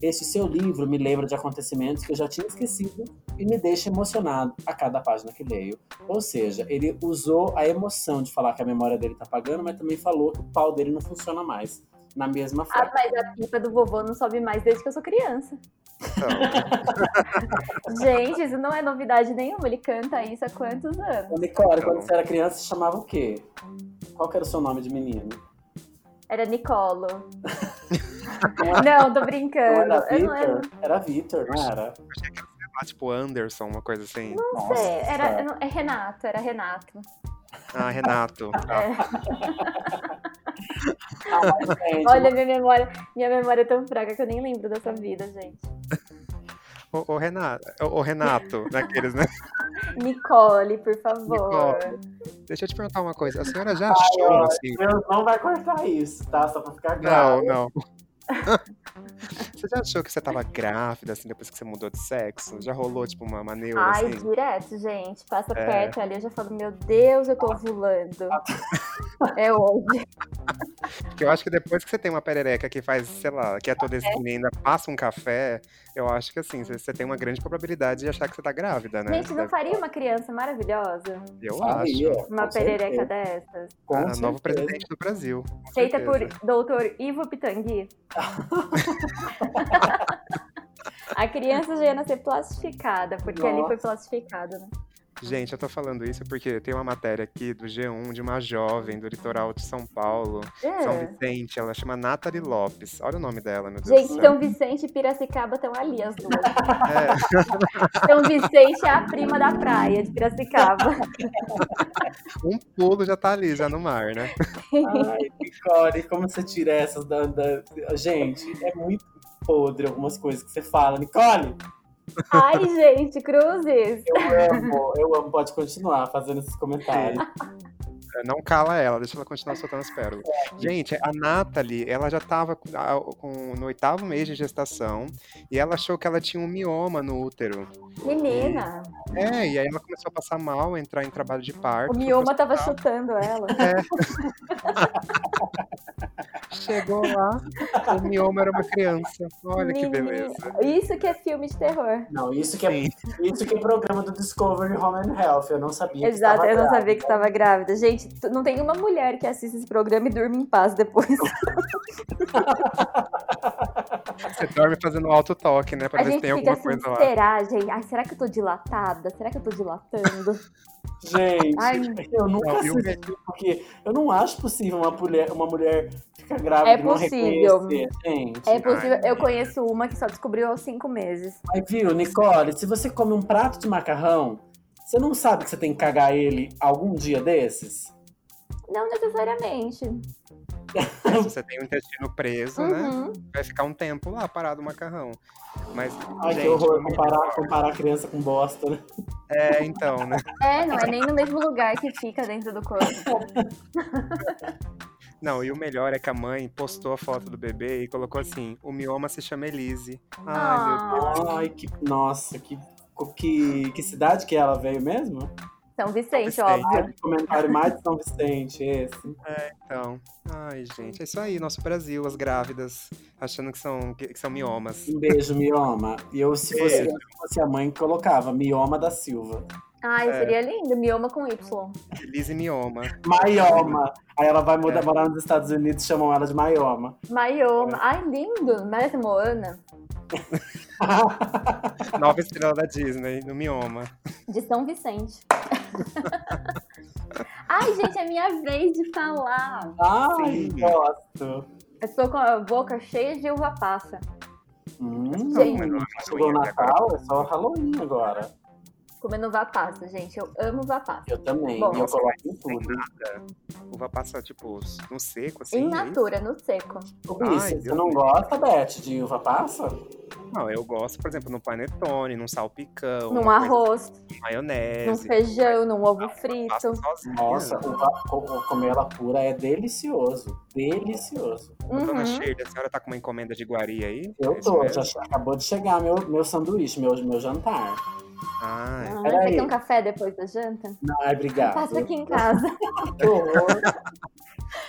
B: Este seu livro me lembra de acontecimentos que eu já tinha esquecido e me deixa emocionado a cada página que leio. Ou seja, ele usou a emoção de falar que a memória dele tá apagando, mas também falou que o pau dele não funciona mais. Na mesma
C: Ah,
B: frase.
C: mas a pipa do vovô não sobe mais desde que eu sou criança.
D: Então,
C: Gente, isso não é novidade nenhuma. Ele canta isso há quantos anos?
B: Ô, Nicole,
D: Então.
B: quando você era criança, você chamava o quê? Qual que era o seu nome de menino?
C: Era Nicolo.
B: Não era,
C: Não, tô
B: não
C: brincando.
B: era
C: Eu não lembro.
B: Vitor? Era Vitor, não era?
D: ah, tipo Anderson, uma coisa assim.
C: Não sei, era, eu não- é Renato, era Renato.
D: Ah, Renato. Ah,
C: É.
B: Ah, Gente,
C: Olha, minha memória, minha memória é tão fraca que eu nem lembro dessa vida, gente.
D: o, Renato. O, Renato, naqueles, né?
C: Nicole, por favor.
D: Deixa eu te perguntar uma coisa. A senhora
C: Ah,
D: já achou, assim,
B: Meu, não vai cortar isso, tá? Só pra ficar claro.
D: Não, não. você já achou que você tava grávida, assim, depois que você mudou de sexo? Já rolou, tipo, uma maneira,
C: Ai,
D: assim?
C: direto, gente. Passa
D: É.
C: perto ali, eu já falo, meu Deus, eu tô ovulando. é hoje.
D: Porque eu acho que depois que você tem uma perereca que faz, sei lá, que é toda esquina e ainda passa um café, eu acho que, assim, você- você tem uma grande probabilidade de achar que você tá grávida, né?
C: Gente, não faria uma criança maravilhosa?
D: Eu
B: Sabia,
D: acho.
C: Uma
B: com
C: perereca
B: certeza,
C: dessas?
B: com
D: Ah, novo
B: certeza.
D: presidente do Brasil. com
C: Feita por
D: certeza.
C: doutor Ivo Pitangui. A criança já ia nascer plastificada, porque ali foi
B: Nossa.
C: plastificado, né?
D: Gente, eu tô falando isso porque tem uma matéria aqui do G1 de uma jovem do litoral de São Paulo, São
C: É.
D: Vicente. Ela chama Nathalie Lopes. Olha o nome dela, meu Deus. do
C: Gente, então-
D: céu.
C: São Vicente e Piracicaba estão ali, as duas.
D: É.
C: São Vicente é a prima da praia de Piracicaba.
D: um pulo já tá ali, já no mar, né?
B: Ai, Nicole, como você tira essas da, da- Gente, é muito podre algumas coisas que você fala. Nicole,
C: Ai, gente, cruzes.
B: eu amo, eu amo. Pode continuar fazendo esses comentários.
D: É, Não cala ela, deixa ela continuar soltando as pérolas.
C: É.
D: Gente, a Nathalie, ela já tava com- a- com- no oitavo mês de gestação e ela achou que ela tinha um mioma no útero.
C: Menina,
D: É, e aí ela começou a passar mal, a entrar em trabalho de parto.
C: Hum. o
D: foi
C: mioma
D: pro
C: tava
D: hospital.
C: chutando ela.
D: É, Chegou lá, o mioma era uma criança. Olha que
C: Menina,
D: beleza.
C: Isso que é filme de terror.
B: Não, isso que, é, isso que é programa do Discovery Home and Health. Eu não sabia. que
C: Exato,
B: estava
C: eu não
B: grávida.
C: sabia que estava grávida. Gente, tu- não tem uma mulher que assista esse programa e durma em paz depois.
D: Você dorme fazendo alto toque, né? Pra
C: A
D: ver se
C: gente
D: tem
C: fica
D: alguma
C: assim,
D: coisa lá.
C: será, gente? Ai, será que eu tô dilatada? Será que eu tô dilatando?
B: Gente,
C: Ai,
B: eu nunca
D: Não, eu-
B: assisti, porque eu não acho possível uma mulher, uma mulher ficar grávida
C: É
B: e não
C: possível.
B: reconhecer, gente.
C: É possível. Eu conheço uma que só descobriu aos cinco meses.
B: Aí, viu, Nicole, se você come um prato de macarrão, você não sabe que você tem que cagar ele algum dia desses?
C: Não necessariamente.
D: Se você tem um intestino preso, né?
C: Uhum.
D: Vai ficar um tempo lá parado o macarrão. Mas,
B: Ai,
D: gente,
B: que horror comparar, comparar a criança com bosta, né?
D: é, então, né?
C: É, não é nem no mesmo lugar que fica dentro do corpo.
D: Não, e o melhor é que a mãe postou a foto do bebê e colocou assim: o mioma se chama Elise.
C: Ah.
D: Ai, meu Deus.
B: Ai, que. Nossa, que. Que, que cidade que ela veio mesmo?
C: São Vicente,
D: São Vicente.
C: óbvio.
B: Ai, que comentário mais de São Vicente, esse.
D: Então, ai, gente, é isso aí, nosso Brasil, as grávidas, achando que são, que, que são miomas.
B: Um beijo, mioma. E eu, se fosse,
D: Beijo.
B: se fosse a mãe, colocava mioma da Silva.
C: Ai,
D: É.
C: seria lindo. Mioma com Y.
D: Elise Mioma.
B: Maioma. Aí ela vai mudar,
D: É.
B: morar nos Estados Unidos, chamam ela de Maioma.
C: Maioma. Ai, lindo. Parece Moana.
D: Nova estrela da Disney, no Mioma.
C: De São Vicente. Ai, gente, é minha vez de falar.
B: Ai,
D: Sim.
B: gosto.
C: Eu estou com a boca cheia de uva passa.
B: Hum,
C: Gente.
D: mas não é
B: chegou o
D: ruim até agora.
B: Natal, é só Halloween agora.
C: Comendo uva passa, gente. Eu amo uva passa.
B: Eu também,
C: Bom.
B: eu coloco em tudo.
D: Uva passa, tipo, no seco, assim.
C: In
D: é isso?
C: natura, no seco.
B: Ô, Cris,
D: Ai,
B: você
D: Deus
B: não
D: me-
B: gosta, Beth, de uva passa?
D: Não, eu gosto, por exemplo, num panetone, num salpicão,
C: Num
D: uma coisa
C: arroz,
D: com maionese.
C: num feijão, num ovo
D: Passa né?
C: frito.
D: sozinha.
B: Nossa, uva, co- comer ela pura é delicioso. Delicioso.
D: Dona
C: Uhum.
D: Shirley, a senhora tá com uma encomenda de guari aí? É
B: Eu
D: isso
B: tô,
D: mesmo?
B: já acabou de chegar meu, meu sanduíche, meu, meu jantar.
D: Ai,
C: Ah,
B: Peraí.
C: você quer um café depois da janta?
B: Ai,
D: Tá,
B: obrigado.
C: Passa aqui em casa.
B: Que horror.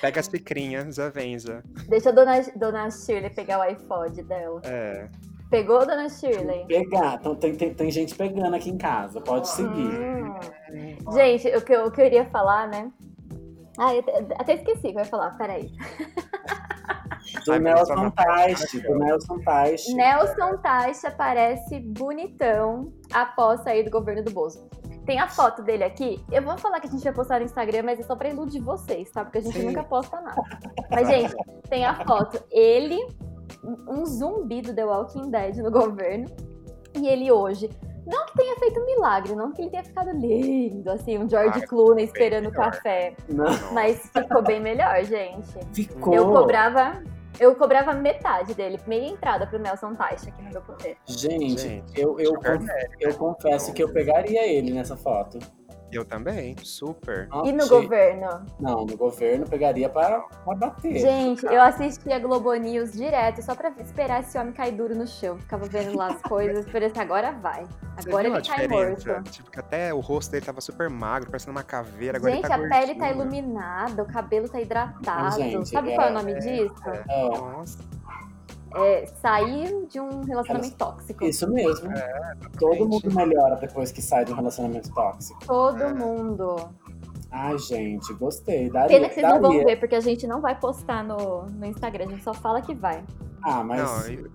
D: pega as xicrinhas, já vem, já.
C: Deixa a dona, dona Shirley pegar o iPod dela.
D: É.
C: Pegou, dona Shirley?
B: Pegar, então tem, tem, tem gente pegando aqui em casa, pode seguir.
C: Hum. Gente, o que eu queria falar, né? Ah, eu até, até esqueci o que eu ia falar, peraí.
B: Do
D: Ai, mas
B: Nelson
D: eu
B: Taist, do Nelson
C: Né?
B: Taist.
C: Nelson Taixa parece bonitão após sair do governo do Bozo. Tem a foto dele aqui. Eu vou falar que a gente vai postar no Instagram, mas é só pra iludir vocês, tá? Porque a gente
B: Sim.
C: nunca posta nada. Mas, gente, tem a foto. Ele, um- um zumbi do The Walking Dead no governo. E ele hoje. Não que tenha feito um milagre, não que ele tenha ficado lindo, assim, um George
D: Ah,
C: Clooney esperando o
D: melhor.
C: café.
B: Não,
C: Mas ficou bem melhor, gente.
B: ficou.
C: Eu cobrava. Eu cobrava metade dele, meia entrada pro Nelson Taixa aqui no meu poder.
B: Gente,
D: Gente,
B: eu, eu,
D: super
B: con- eu confesso que eu pegaria ele nessa foto.
D: Eu também, super.
C: E no
B: Gente,
C: governo?
B: Não, no governo pegaria para, para bater.
C: Gente, eu assistia Globo News direto só pra esperar esse homem cair duro no chão. Ficava vendo lá as coisas, por isso agora vai.
D: Você
C: Agora
D: viu a
C: ele tá cai
D: diferença?
C: morto.
D: Tipo, que até o rosto dele tava super magro, parecendo uma caveira. Agora
C: gente,
D: ele tá
C: a pele tá
D: gordinho.
C: iluminada, o cabelo tá hidratado.
B: Gente,
C: Sabe qual é
B: é-
C: o nome disso?
B: É,
D: Nossa,
C: É sair de um relacionamento tóxico.
B: isso mesmo.
D: É,
B: Todo mundo melhora depois que sai de um relacionamento tóxico.
C: Todo mundo.
B: Ai, gente, gostei. Daria,
C: Pena que vocês não vão
B: daria.
C: ver, porque a gente não vai postar no, no Instagram, a gente só fala que vai.
B: Ah, mas
D: Não, e,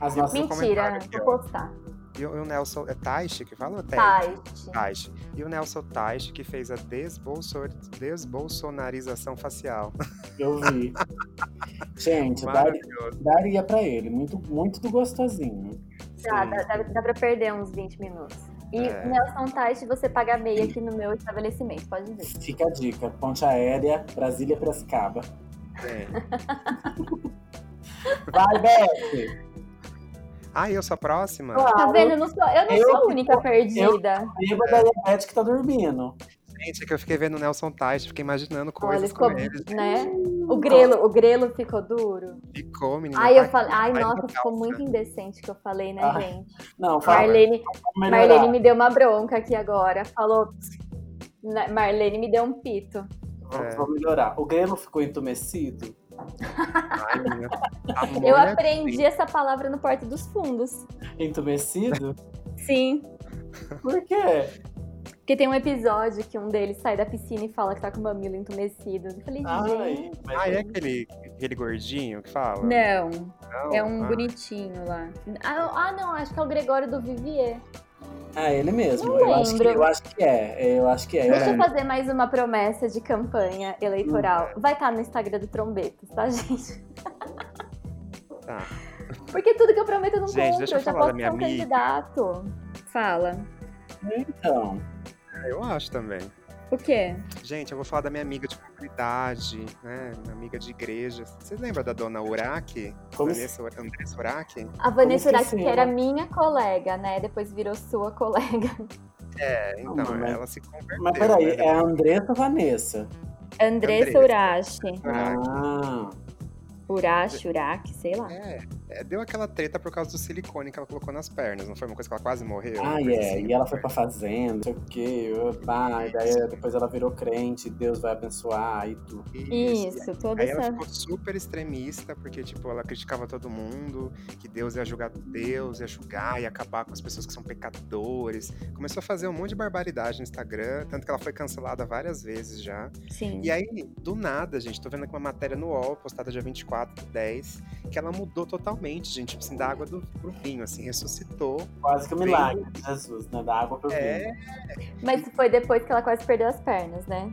B: as nossas.
D: Sim.
C: Mentira,
D: comentário aqui,
C: vou postar.
D: e o e o Nelson. É Taish que fala? até?
C: Taish.
D: Taish. E o Nelson Taish, que fez a desbolsor... desbolsonarização facial.
B: Eu vi. Gente, daria,
D: Maravilhoso.
B: daria pra ele. Muito, muito do gostosinho.
C: Dá,
D: Sim.
C: dá, dá, dá pra perder uns 20 minutos. E
D: É.
C: Nelson Tais, você paga meia aqui no meu estabelecimento, pode ver.
B: Fica a dica. Ponte aérea, Brasília Piracicaba.
D: Bem.
B: Vai, Beth!
D: Ah, e eu sou a próxima?
C: Tá vendo? Eu não sou, eu não
B: Eu
C: sou a
B: que
C: única perdida.
B: Bêbada e a Beth que tá dormindo.
D: Gente, é que eu fiquei vendo o Nelson Taish, fiquei imaginando
C: Olha,
D: coisas
C: ficou,
D: com ele.
C: né?
B: Hum.
C: O grelo, o grelo ficou duro.
D: Ficou, menina.
C: Ai, eu
D: Ai,
C: falei, ai,
D: ai,
C: nossa,
D: que
C: ficou
D: calça.
C: muito indecente que eu falei, né,
B: Ah,
C: gente?
B: Não, fala.
C: Marlene,
B: vamos melhorar.
C: Marlene me deu uma bronca aqui agora. Falou. Na- Marlene me deu um pito.
B: Vamos,
D: É.
B: vamos melhorar. O Grêmio ficou entumecido?
D: Ai, menina, tá
C: Eu
D: molhadinho.
C: aprendi essa palavra no Porto dos Fundos.
B: Entumecido?
C: Sim.
B: Por quê?
C: Porque tem um episódio que um deles sai da piscina e fala que tá com o mamilo entumecido. Eu falei, gente.
B: Ai, mas
D: Ah, é aquele, aquele gordinho que fala?
C: Não,
D: Não?
C: Né, é um
D: Ah,
C: bonitinho lá. Ah, ah, não, acho que é o Gregório do Vivier.
B: Ah, ele mesmo.
C: Não
B: eu, acho que,
C: lembro.
B: eu acho que é. Eu acho que é. Eu
C: Deixa eu
B: lembro.
C: fazer mais uma promessa de campanha eleitoral.
D: Hum.
C: Vai estar no Instagram do Trombetas, tá, gente?
D: Tá.
C: Porque tudo que eu prometo eu não
D: Gente,
C: cumpro.
D: deixa eu
C: Eu já
D: falar
C: posso
D: da
C: ser
D: minha
C: um
D: amiga.
C: candidato. Fala.
B: Então,
D: Eu acho também.
C: O quê?
D: Gente, eu vou falar da minha amiga de comunidade, né? Minha amiga de igreja. Vocês lembram da dona Uraki?
B: como se-
D: Vanessa, Andressa Uraki?
C: A Vanessa
B: Como
C: Uraki,
B: esqueci,
C: que era
B: né?
C: minha colega, né? Depois virou sua colega.
D: É, então,
B: Não, mas-
D: ela se converteu.
B: Mas peraí,
D: né?
B: é a Andressa Vanessa.
C: Andressa
D: Andressa.
C: Urashi.
D: Uraki.
B: Ah,
C: Urashi, Uraki, sei lá.
D: É, é, deu aquela treta por causa do silicone que ela colocou nas pernas, não foi uma coisa que ela quase morreu?
B: Ah,
D: Uma coisa
B: é.
D: assim,
B: E ela foi pra
D: não
B: fazenda, não sei o quê. Opa, e daí depois ela virou crente, Deus vai abençoar e tudo.
D: foi?
C: Isso, toda
D: Aí ela
C: essa.
D: ficou super extremista, porque, tipo, ela criticava todo mundo, que Deus ia julgar Deus, ia julgar, ia acabar com as pessoas que são pecadores. Começou a fazer um monte de barbaridade no Instagram, tanto que ela foi cancelada várias vezes já.
C: Sim.
D: assim, E aí, do nada, gente, tô vendo aqui uma matéria no UOL, postada dia 24 de 10, que ela mudou totalmente, gente, tipo assim, da água do, pro vinho, assim, ressuscitou.
B: Quase que o milagre de Jesus, né? Da água pro vinho.
D: É,
C: Mas foi depois que ela quase perdeu as pernas, né?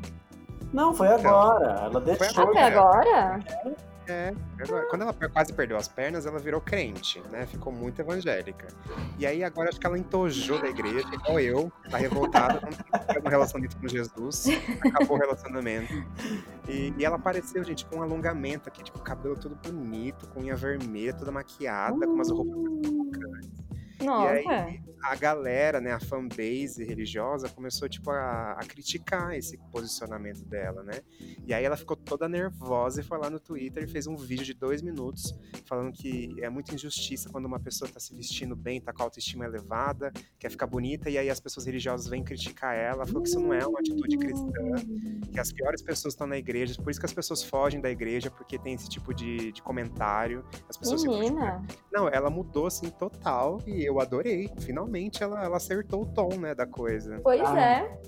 B: Não, foi agora. Ela deixou.
C: Ah, foi
D: é.
C: agora?
D: É, agora- quando ela quase perdeu as pernas, ela virou crente, né? Ficou muito evangélica. E aí agora acho que ela entojou da igreja, igual eu, tá revoltada, não tem um relacionamento com Jesus, acabou o relacionamento. E, e ela apareceu, gente, com um alongamento aqui, tipo, cabelo todo bonito, com unha vermelha, toda maquiada, com umas roupas e
C: Hum. Nossa.
D: aí a galera, né, a fanbase religiosa começou tipo a, a criticar esse posicionamento dela, né? E aí ela ficou toda nervosa e foi lá no Twitter e fez um vídeo de dois minutos falando que é muita injustiça quando uma pessoa tá se vestindo bem, tá com a autoestima elevada, quer ficar bonita e aí as pessoas religiosas vêm criticar ela, falou que isso não é uma atitude cristã,
C: Hum,
D: que as piores pessoas estão na igreja, por isso que as pessoas fogem da igreja porque tem esse tipo de, de comentário, as pessoas ficam tipo,
C: Menina.
D: não, ela mudou assim total e eu adorei. Finalmente ela, ela acertou o tom, né, da coisa.
C: Pois
B: Ah,
C: é.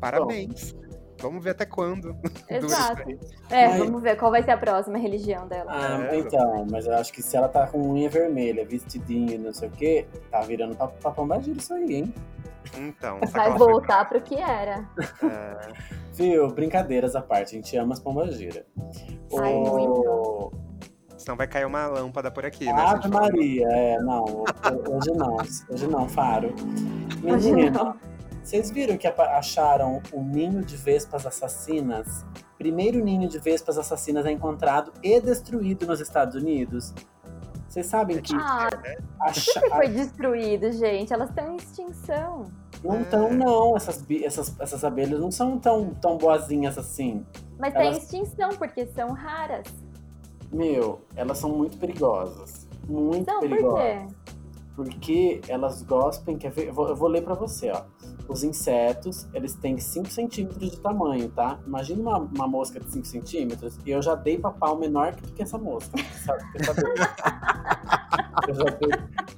D: Parabéns. Vamos ver até quando. dura isso
C: Exato.
D: aí.
C: É,
B: Mas-
C: vamos ver qual vai ser a próxima religião dela.
B: Ah,
D: É.
B: então, mas eu acho que se ela tá com unha vermelha, vestidinho, não sei o quê, tá virando pra, pra pombagira isso aí, hein?
D: Então,
C: Vai
D: sacanagem.
C: voltar pro que era.
D: É,
B: Viu? Brincadeiras à parte, a gente ama as pombagira.
C: Ai,
B: O...
D: senão vai cair uma lâmpada por aqui, né? se a
B: Ave
D: gente falar-
B: Maria, é, não, ho- hoje não, hoje não, Faro.
C: Hoje
B: Menina,
C: não.
B: vocês viram que apa- acharam o ninho de vespas assassinas? Primeiro ninho de vespas assassinas é encontrado e destruído nos Estados Unidos. Vocês sabem que
C: Ah,
B: acha-
C: sempre foi destruído, gente. Elas estão em extinção.
B: Não tão,
D: É.
B: não. Essas, bi- essas, essas abelhas não são tão, tão boazinhas assim.
C: Mas tá em
B: Elas-
C: extinção, porque são raras.
B: Meu, elas são muito perigosas. Muito
C: Então, por
B: perigosas.
C: quê?
B: Porque elas gostam. Quer ver? Eu vou, eu vou ler pra você, ó. Os insetos, eles têm 5 centímetros de tamanho, tá? Imagina uma, uma mosca de 5 centímetros. E eu já dei pra pau menor que que essa mosca. Sabe? Quer saber? eu, já dei,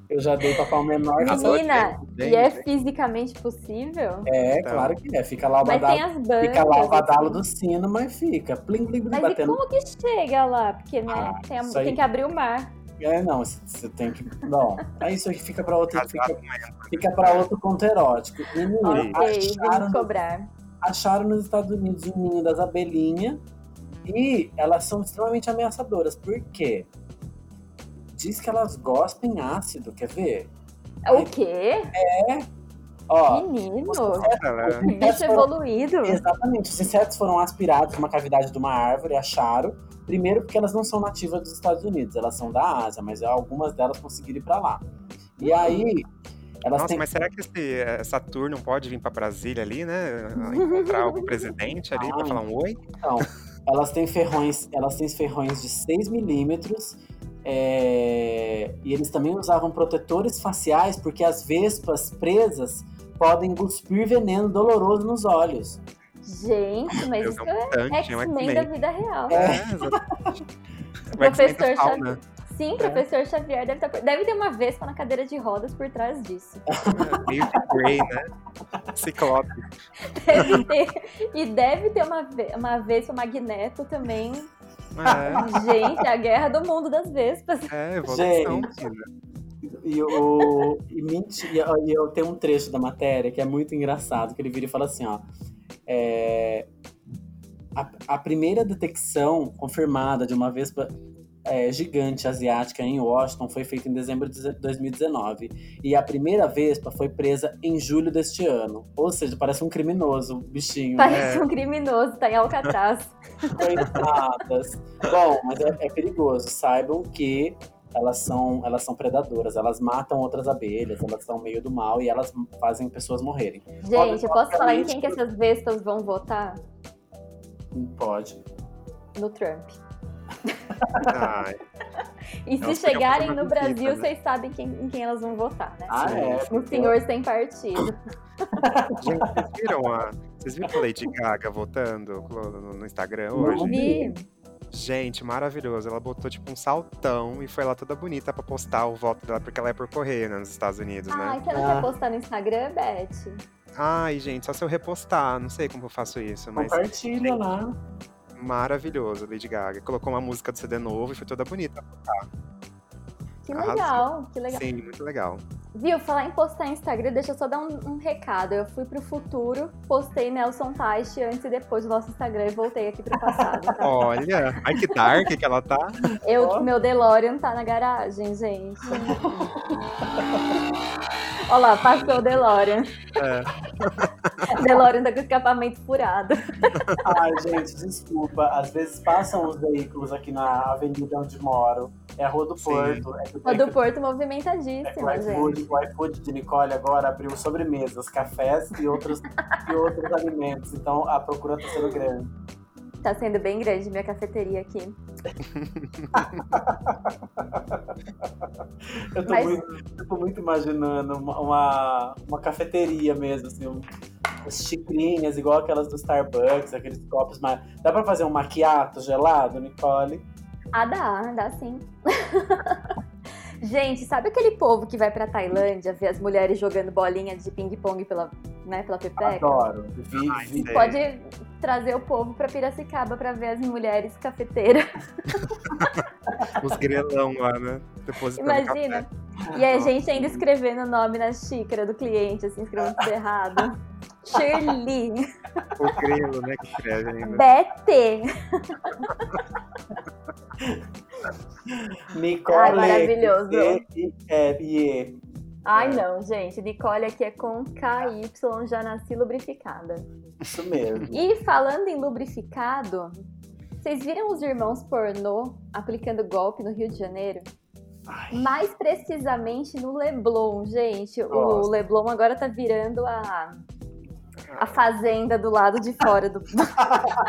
B: eu já dei pra pau menor que essa
C: Menina,
D: Bem,
C: e é fisicamente possível?
B: É,
D: Então.
B: claro que é. Fica lá o
C: Mas tem
B: badalo.
C: as bancas.
B: Fica lá o badalo
C: assim.
B: do sino, mas fica. Plim, plim, plim,
C: Mas e
B: batendo
C: como que chega lá? Porque, né,
B: Ah,
C: tem, a-
B: isso aí-
C: tem que abrir o mar.
B: É, não, você tem que. Bom, aí isso aqui fica pra outro,
D: Casar
B: fica, fica pra outro conto erótico. Menino,
C: Ok,
B: acharam,
C: vamos cobrar.
B: acharam nos Estados Unidos o ninho das abelhinhas e elas são extremamente ameaçadoras. Por quê? Diz que elas gostam ácido, quer ver?
C: O quê?
B: Ó, é
C: Menino?
D: ela-
C: Que bicho evoluído.
B: exatamente, os insetos foram aspirados de uma cavidade de uma árvore, acharam. Primeiro porque elas não são nativas dos Estados Unidos, elas são da Ásia, mas algumas delas conseguiram ir pra lá. E aí, elas
D: Nossa,
B: têm
D: mas será que esse eh, Saturno pode vir pra Brasília ali, né? Encontrar algum presidente ali pra
B: Ah,
D: falar um oi?
B: Então, elas têm ferrões, elas têm ferrões de 6 milímetros. é, e eles também usavam protetores faciais, porque as vespas presas podem cuspir veneno doloroso nos olhos.
C: Gente, mas
D: Deus,
C: isso
D: é
C: é
D: um tanque, é um
C: X-Men da
D: X-Men.
C: vida real.
D: É, exatamente. O X-Men né? da
C: Professor
D: fauna.
B: É.
C: Sim, professor Xavier deve, tá por- deve ter uma vespa na cadeira de rodas por trás disso.
D: É, Meio que Grey, né? Ciclope.
C: Deve ter- e deve ter uma, ve- uma vespa magneto também.
D: É.
C: Gente, é a guerra do mundo das vespas.
D: É, evolução. é. filha.
B: E, o, e, menti- e eu- e eu tenho um trecho da matéria que é muito engraçado, que ele vira e fala assim, ó. é, a, a primeira detecção confirmada de uma vespa é, gigante asiática em Washington foi feita em dezembro de 2019. E a primeira vespa foi presa em julho deste ano. Ou seja, parece um criminoso, o bichinho. né?
C: Parece um criminoso, tá em Alcatraz.
B: Coitadas. Bom, mas é, é perigoso. Saibam que elas são, elas são predadoras, elas matam outras abelhas, elas são meio do mal e elas fazem pessoas morrerem.
C: Gente, eu posso falar em quem
B: obviamente-
C: que essas vespas vão votar?
B: Pode.
C: No Trump.
D: Ai,
C: E se
D: Elas podiam
C: chegarem
D: fazer
C: no
D: é uma
C: Brasil,
D: visita, né?
C: vocês sabem quem, em quem elas vão votar, né?
B: Ah, é.
C: No senhor sem partido.
D: Gente, vocês viram a, vocês viram a Lady Gaga votando no, no Instagram
B: Não
D: hoje?
C: Vi.
D: Gente, maravilhoso. Ela botou tipo um saltão e foi lá toda bonita pra postar o voto dela, porque ela é por correio né, nos Estados Unidos,
C: Ai,
D: né?
C: você não
B: Ah.
C: quer postar no Instagram, Beth?
D: Ai, gente, só se eu repostar, não sei como eu faço isso, mas
B: Compartilha lá.
D: maravilhoso, Lady Gaga. Colocou uma música do CD novo e foi toda bonita.
C: Que
D: Arrasou.
C: legal, que legal.
D: Sim, muito legal.
C: Viu, falar em postar no Instagram, deixa eu só dar um, um recado. Eu fui pro futuro, postei Nelson Taish antes e depois do nosso Instagram e voltei aqui pro passado. tá?
D: Olha, ai que dark que ela tá.
C: Eu,
B: Ó.
C: meu DeLorean tá na garagem, gente. Olha lá, passou o DeLorean.
D: É.
C: DeLorean tá com o escapamento furado.
B: Ai, gente, desculpa. Às vezes passam os veículos aqui na avenida onde moro. É a Rua do
D: Sim.
B: Porto. É que
C: A do
B: é que-
C: Porto
B: é que
C: movimentadíssima,
B: o
C: gente.
B: iFood, o iFood de Nicole agora abriu sobremesas, cafés e outros, e outros alimentos. Então a procura tá sendo grande.
C: Tá sendo bem grande minha cafeteria aqui.
B: Eu tô,
C: Mas-
B: muito, eu tô muito imaginando uma, uma, uma cafeteria mesmo, assim, um, as xicrinhas, igual aquelas do Starbucks, aqueles copos. Mas dá pra fazer um maquiato gelado, Nicole?
C: Ah, dá, dá sim. Gente, sabe aquele povo que vai pra Tailândia ver as mulheres jogando bolinha de ping-pong pela, né, pela pepeca?
B: Adoro. Vi,
D: Ai,
B: vi.
D: sei.
C: Pode trazer o povo pra Piracicaba pra ver as mulheres cafeteiras.
D: Os grelão lá, né? Depositando
C: Imagina.
D: café.
C: E a gente ainda escrevendo o nome na xícara do cliente, assim, escrevendo tudo errado. Shirley,
D: O grelo, né? Que escreve ainda.
C: BT.
B: Nicole.
C: Ai, maravilhoso.
B: E, e, é, e-
C: Ai, não, gente. Nicole aqui é com KY, já nasci lubrificada.
B: isso mesmo.
C: E falando em lubrificado, vocês viram os irmãos pornô aplicando golpe no Rio de Janeiro?
B: Ai,
C: Mais precisamente no Leblon, gente. O
B: Nossa.
C: Leblon agora tá virando a, a fazenda do lado de fora do.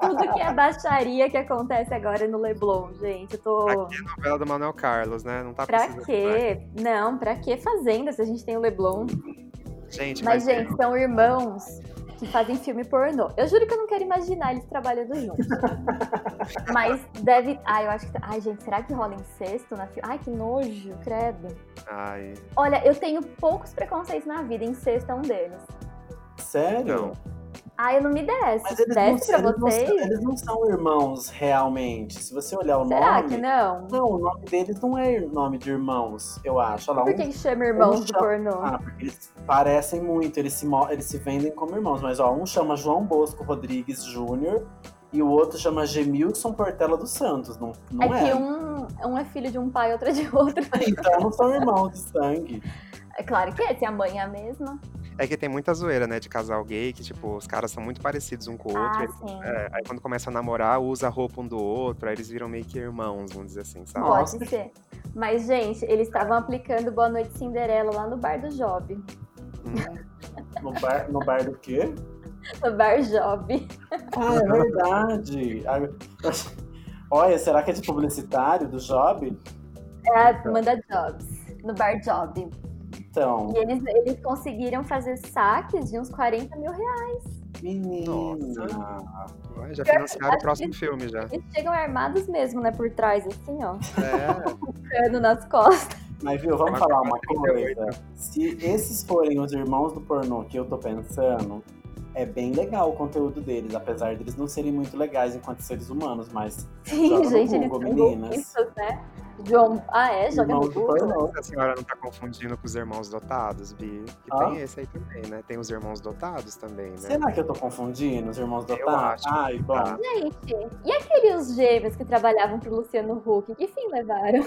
C: Tudo que é baixaria que acontece agora é no Leblon, gente. Eu tô.
D: Aqui é a novela do Manuel Carlos, né? Não tá
C: Pra
D: precisando, né?
C: quê? Não, pra que fazenda se a gente tem o Leblon?
D: Gente,
C: Mas,
D: mas,
C: gente, são irmãos que fazem filme pornô. Eu juro que eu não quero imaginar eles trabalhando juntos. Mas deve. Ai, eu acho que. tá, Ai, gente, será que rola incesto na filme? Ai, que nojo, credo.
D: Ai,
C: Olha, eu tenho poucos preconceitos na vida, incesto é um deles.
B: sério?
D: não.
C: Ai, eu não me desce.
B: Mas eles não,
C: desce pra
B: eles não
C: vocês?
B: são- eles não são irmãos realmente. Se você olhar o
C: Será
B: nome.
C: que não?
B: Não, o nome deles não é nome de irmãos, eu acho. Olha lá,
C: Por
B: um
C: que que chama irmãos
B: um
C: de
B: chama-
C: pornô?
B: Ah, porque eles parecem muito, eles se, mo- eles se vendem como irmãos, mas ó, um chama João Bosco Rodrigues Júnior e o outro chama Gemilson Portela dos Santos, não, não
C: é
B: é?
C: que um, um é filho de um pai, outro é de outro.
B: Então não são irmãos de sangue.
C: É claro que é, se a mãe é a mesma.
D: É que tem muita zoeira, né? De casal gay, que, tipo, os caras são muito parecidos um com o outro.
C: Ah,
D: eles-
C: sim.
D: é, aí quando começa a namorar, usa a roupa um do outro, aí eles viram meio que irmãos, vamos dizer assim, sabe?
C: Pode
B: Nossa.
C: ser. Mas, gente, eles estavam aplicando Boa Noite Cinderela lá no bar do Job.
D: Hum.
B: No bar, no bar do quê?
C: No bar Job.
B: Ah, é verdade. Ah, Olha, será que é de publicitário do Job?
C: É, manda Jobs. No bar Job.
B: Então,
C: E eles, eles conseguiram fazer saques de uns 40 mil reais.
B: menina.
D: Ai, Já financiaram o
C: acho
D: próximo filme, já.
C: Eles chegam armados mesmo, né? Por trás, assim, ó.
D: É,
C: Cano nas costas.
B: Mas viu, vamos
D: Uma
B: falar uma
D: coisa
B: coisa. Se esses forem os irmãos do pornô que eu tô pensando, é bem legal o conteúdo deles, apesar deles não serem muito legais enquanto seres humanos, mas
C: Sim,
B: Joga no
C: gente, eles
B: Google,
C: são
B: meninas.
C: golpistas, né? João... Ah, é? Joga
B: irmãos
C: no
B: do
C: Google.
B: pornô.
D: a senhora não tá confundindo com os irmãos dotados, Bi? Que
B: Ah.
D: tem esse aí também, né? Tem os irmãos dotados também, né?
B: Será que eu tô confundindo os irmãos do
D: Eu
B: Otávio?
D: acho.
B: Ai, bom.
D: Ah.
C: Gente, e aqueles gêmeos que trabalhavam pro Luciano Huck? Que fim levaram?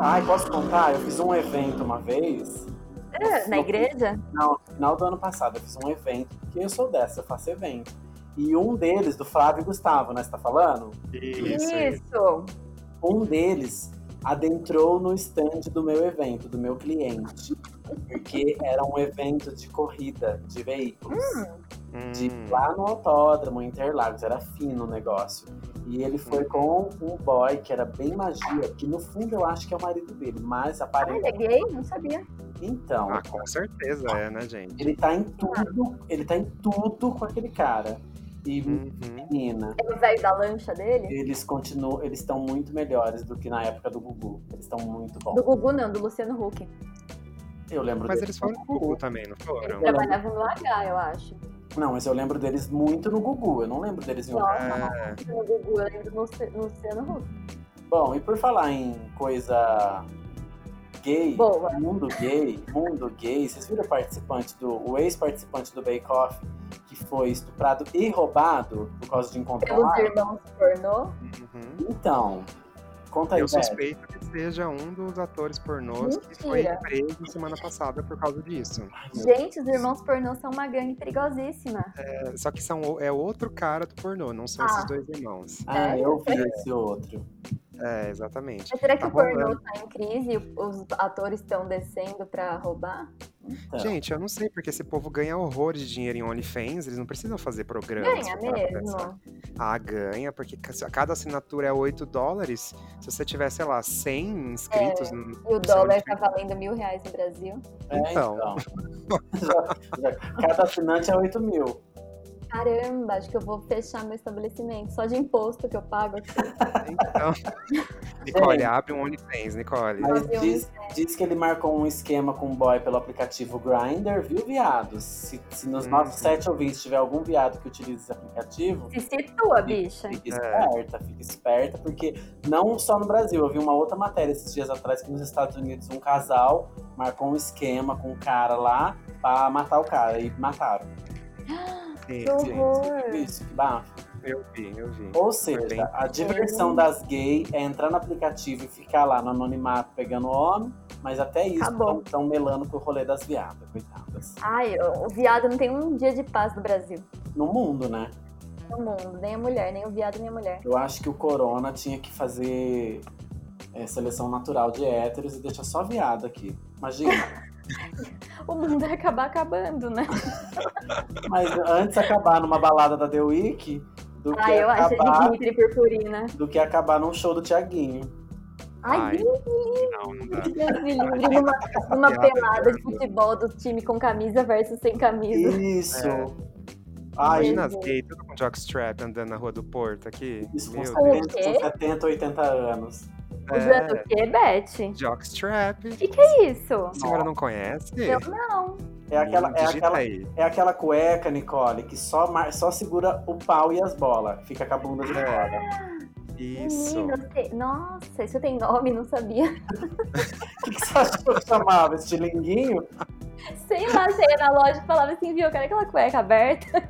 B: Ai, posso contar? Eu fiz um evento uma vez.
C: Ah, Na igreja?
B: Não, no final do ano passado, eu fiz um evento, porque eu sou dessa, eu faço evento. E um deles, do Flávio Gustavo, né? Você tá falando?
D: Isso, isso.
C: Isso.
B: um deles adentrou no stand do meu evento, do meu cliente, porque era um evento de corrida de veículos, de
D: Hum,
B: lá no autódromo, em Interlagos, era fino o negócio. E ele
D: Uhum.
B: foi com um boy que era bem magia, que no fundo eu acho que é o marido dele, mas
C: Ah, ele é
B: aparentemente.
C: gay? Não sabia.
B: Então,
D: Ah, com certeza é, né, gente?
B: ele tá em tudo, ele tá em tudo com aquele cara. E
D: Uhum.
B: menina,
C: É o velho da lancha dele?
B: eles continuam, eles estão muito melhores do que na época do Gugu. Eles estão muito bons.
C: Do Gugu, não, do Luciano Huck.
B: Eu lembro
D: Mas
B: deles
D: eles foram
B: no
D: no Google também, não foram?
C: Eles trabalhavam no H, eu acho.
B: Não, mas eu lembro deles muito no Gugu. Eu não lembro deles em outro.
D: É,
C: No Gugu, eu lembro do Luci- Luciano Huck.
B: Bom, e por falar em coisa gay,
C: Boa.
B: mundo gay, mundo gay, vocês viram o participante do. o ex-participante do Bake Off que foi estuprado e roubado por causa de encontrar. um
C: Pelos irmãos pornô.
D: uhum.
B: Então, conta aí,
C: é.
D: Eu
B: Beth.
D: suspeito que seja um dos atores pornôs que foi
C: Mentira.
D: preso semana passada por causa disso.
C: Gente, os irmãos pornô são uma gangue perigosíssima.
D: É, Só que são, o- é outro cara do pornô, não são
C: Ah.
D: esses dois irmãos.
B: Ah, eu vi esse outro.
D: É, exatamente.
C: Mas será que
D: Tá
C: o pornô
D: rolando.
C: tá em crise e os atores estão descendo pra roubar? É.
B: Então,
D: Gente, eu não sei, porque esse povo ganha horrores de dinheiro em OnlyFans, eles não precisam fazer programas.
C: Ganha
D: pra parar pra pensar.
C: mesmo.
D: Ah, ganha, porque ca- se a cada assinatura é 8 dólares. Se você tiver, sei lá, 100 inscritos,
C: E
D: no-
C: o
D: São
C: dólar tá
D: difíceis.
C: valendo mil reais no Brasil.
B: é, então.
D: então.
B: Já- já- cada assinante é 8 mil.
C: Caramba, acho que eu vou fechar meu estabelecimento só de imposto que eu pago aqui.
D: então. Nicole,
C: É.
D: abre um OnlyFans, Nicole.
B: Mas
C: Fazer um
B: diz, diz que ele marcou um esquema com o boy pelo aplicativo Grindr, viu, viados? Se, se nos
D: Hum.
B: nossos sete ouvintes tiver algum viado que utilize esse aplicativo,
C: Se situa, bicha.
B: fica esperta, fica esperta, porque não só no Brasil, eu vi uma outra matéria esses dias atrás que nos Estados Unidos um casal marcou um esquema com um cara lá pra matar o cara e mataram.
D: Sim,
C: Que horror!
B: Gente, isso, que bafo.
D: eu vi, eu vi.
B: Ou
D: bem.
B: seja, a diversão das gays é entrar no aplicativo e ficar lá no anonimato pegando homem, mas até isso
C: Acabou.
B: estão melando pro rolê das viadas, coitadas.
C: Ai, o viado não tem um dia de paz no Brasil.
B: No mundo, né?
C: No mundo. Nem a mulher, nem o viado, nem a mulher.
B: Eu acho que o corona tinha que fazer é, seleção natural de héteros e deixar só viado aqui. Imagina.
C: O mundo vai acabar acabando, né?
B: mas antes acabar numa balada da The Week do que
C: Ai, Ah, eu acho
B: acabar,
C: de e purpurina.
B: do que acabar num show do Tiaguinho.
C: Ai,
D: Ai,
C: Deus
D: Não, não dá.
C: me livre. Numa, numa
D: piada,
C: pelada de
D: cara.
C: futebol do time com camisa versus sem camisa.
B: Isso.
D: É.
B: Ai,
D: Imagina as gays, tudo com jockstrap andando na rua do Porto aqui.
B: isso com
D: Meu
B: 70,
C: O quê?
B: com 70, 80 anos. é.
C: Usando
D: Deus.
C: o quê, Beth?
D: É, jockstrap.
C: O que, que é isso?
D: A senhora não conhece?
C: Eu não.
B: É aquela, é,
D: Digita
B: aquela,
D: aí.
B: é aquela cueca, Nicole, que só, mar- só segura o pau e as bolas. Fica com a bunda de fora.
D: Isso.
C: Menino, você- nossa, isso tem nome, não sabia.
B: O que, que você achou que chamava? Estilinguinho?
C: Sei lá, você ia na loja e falava assim, viu, eu quero aquela cueca aberta.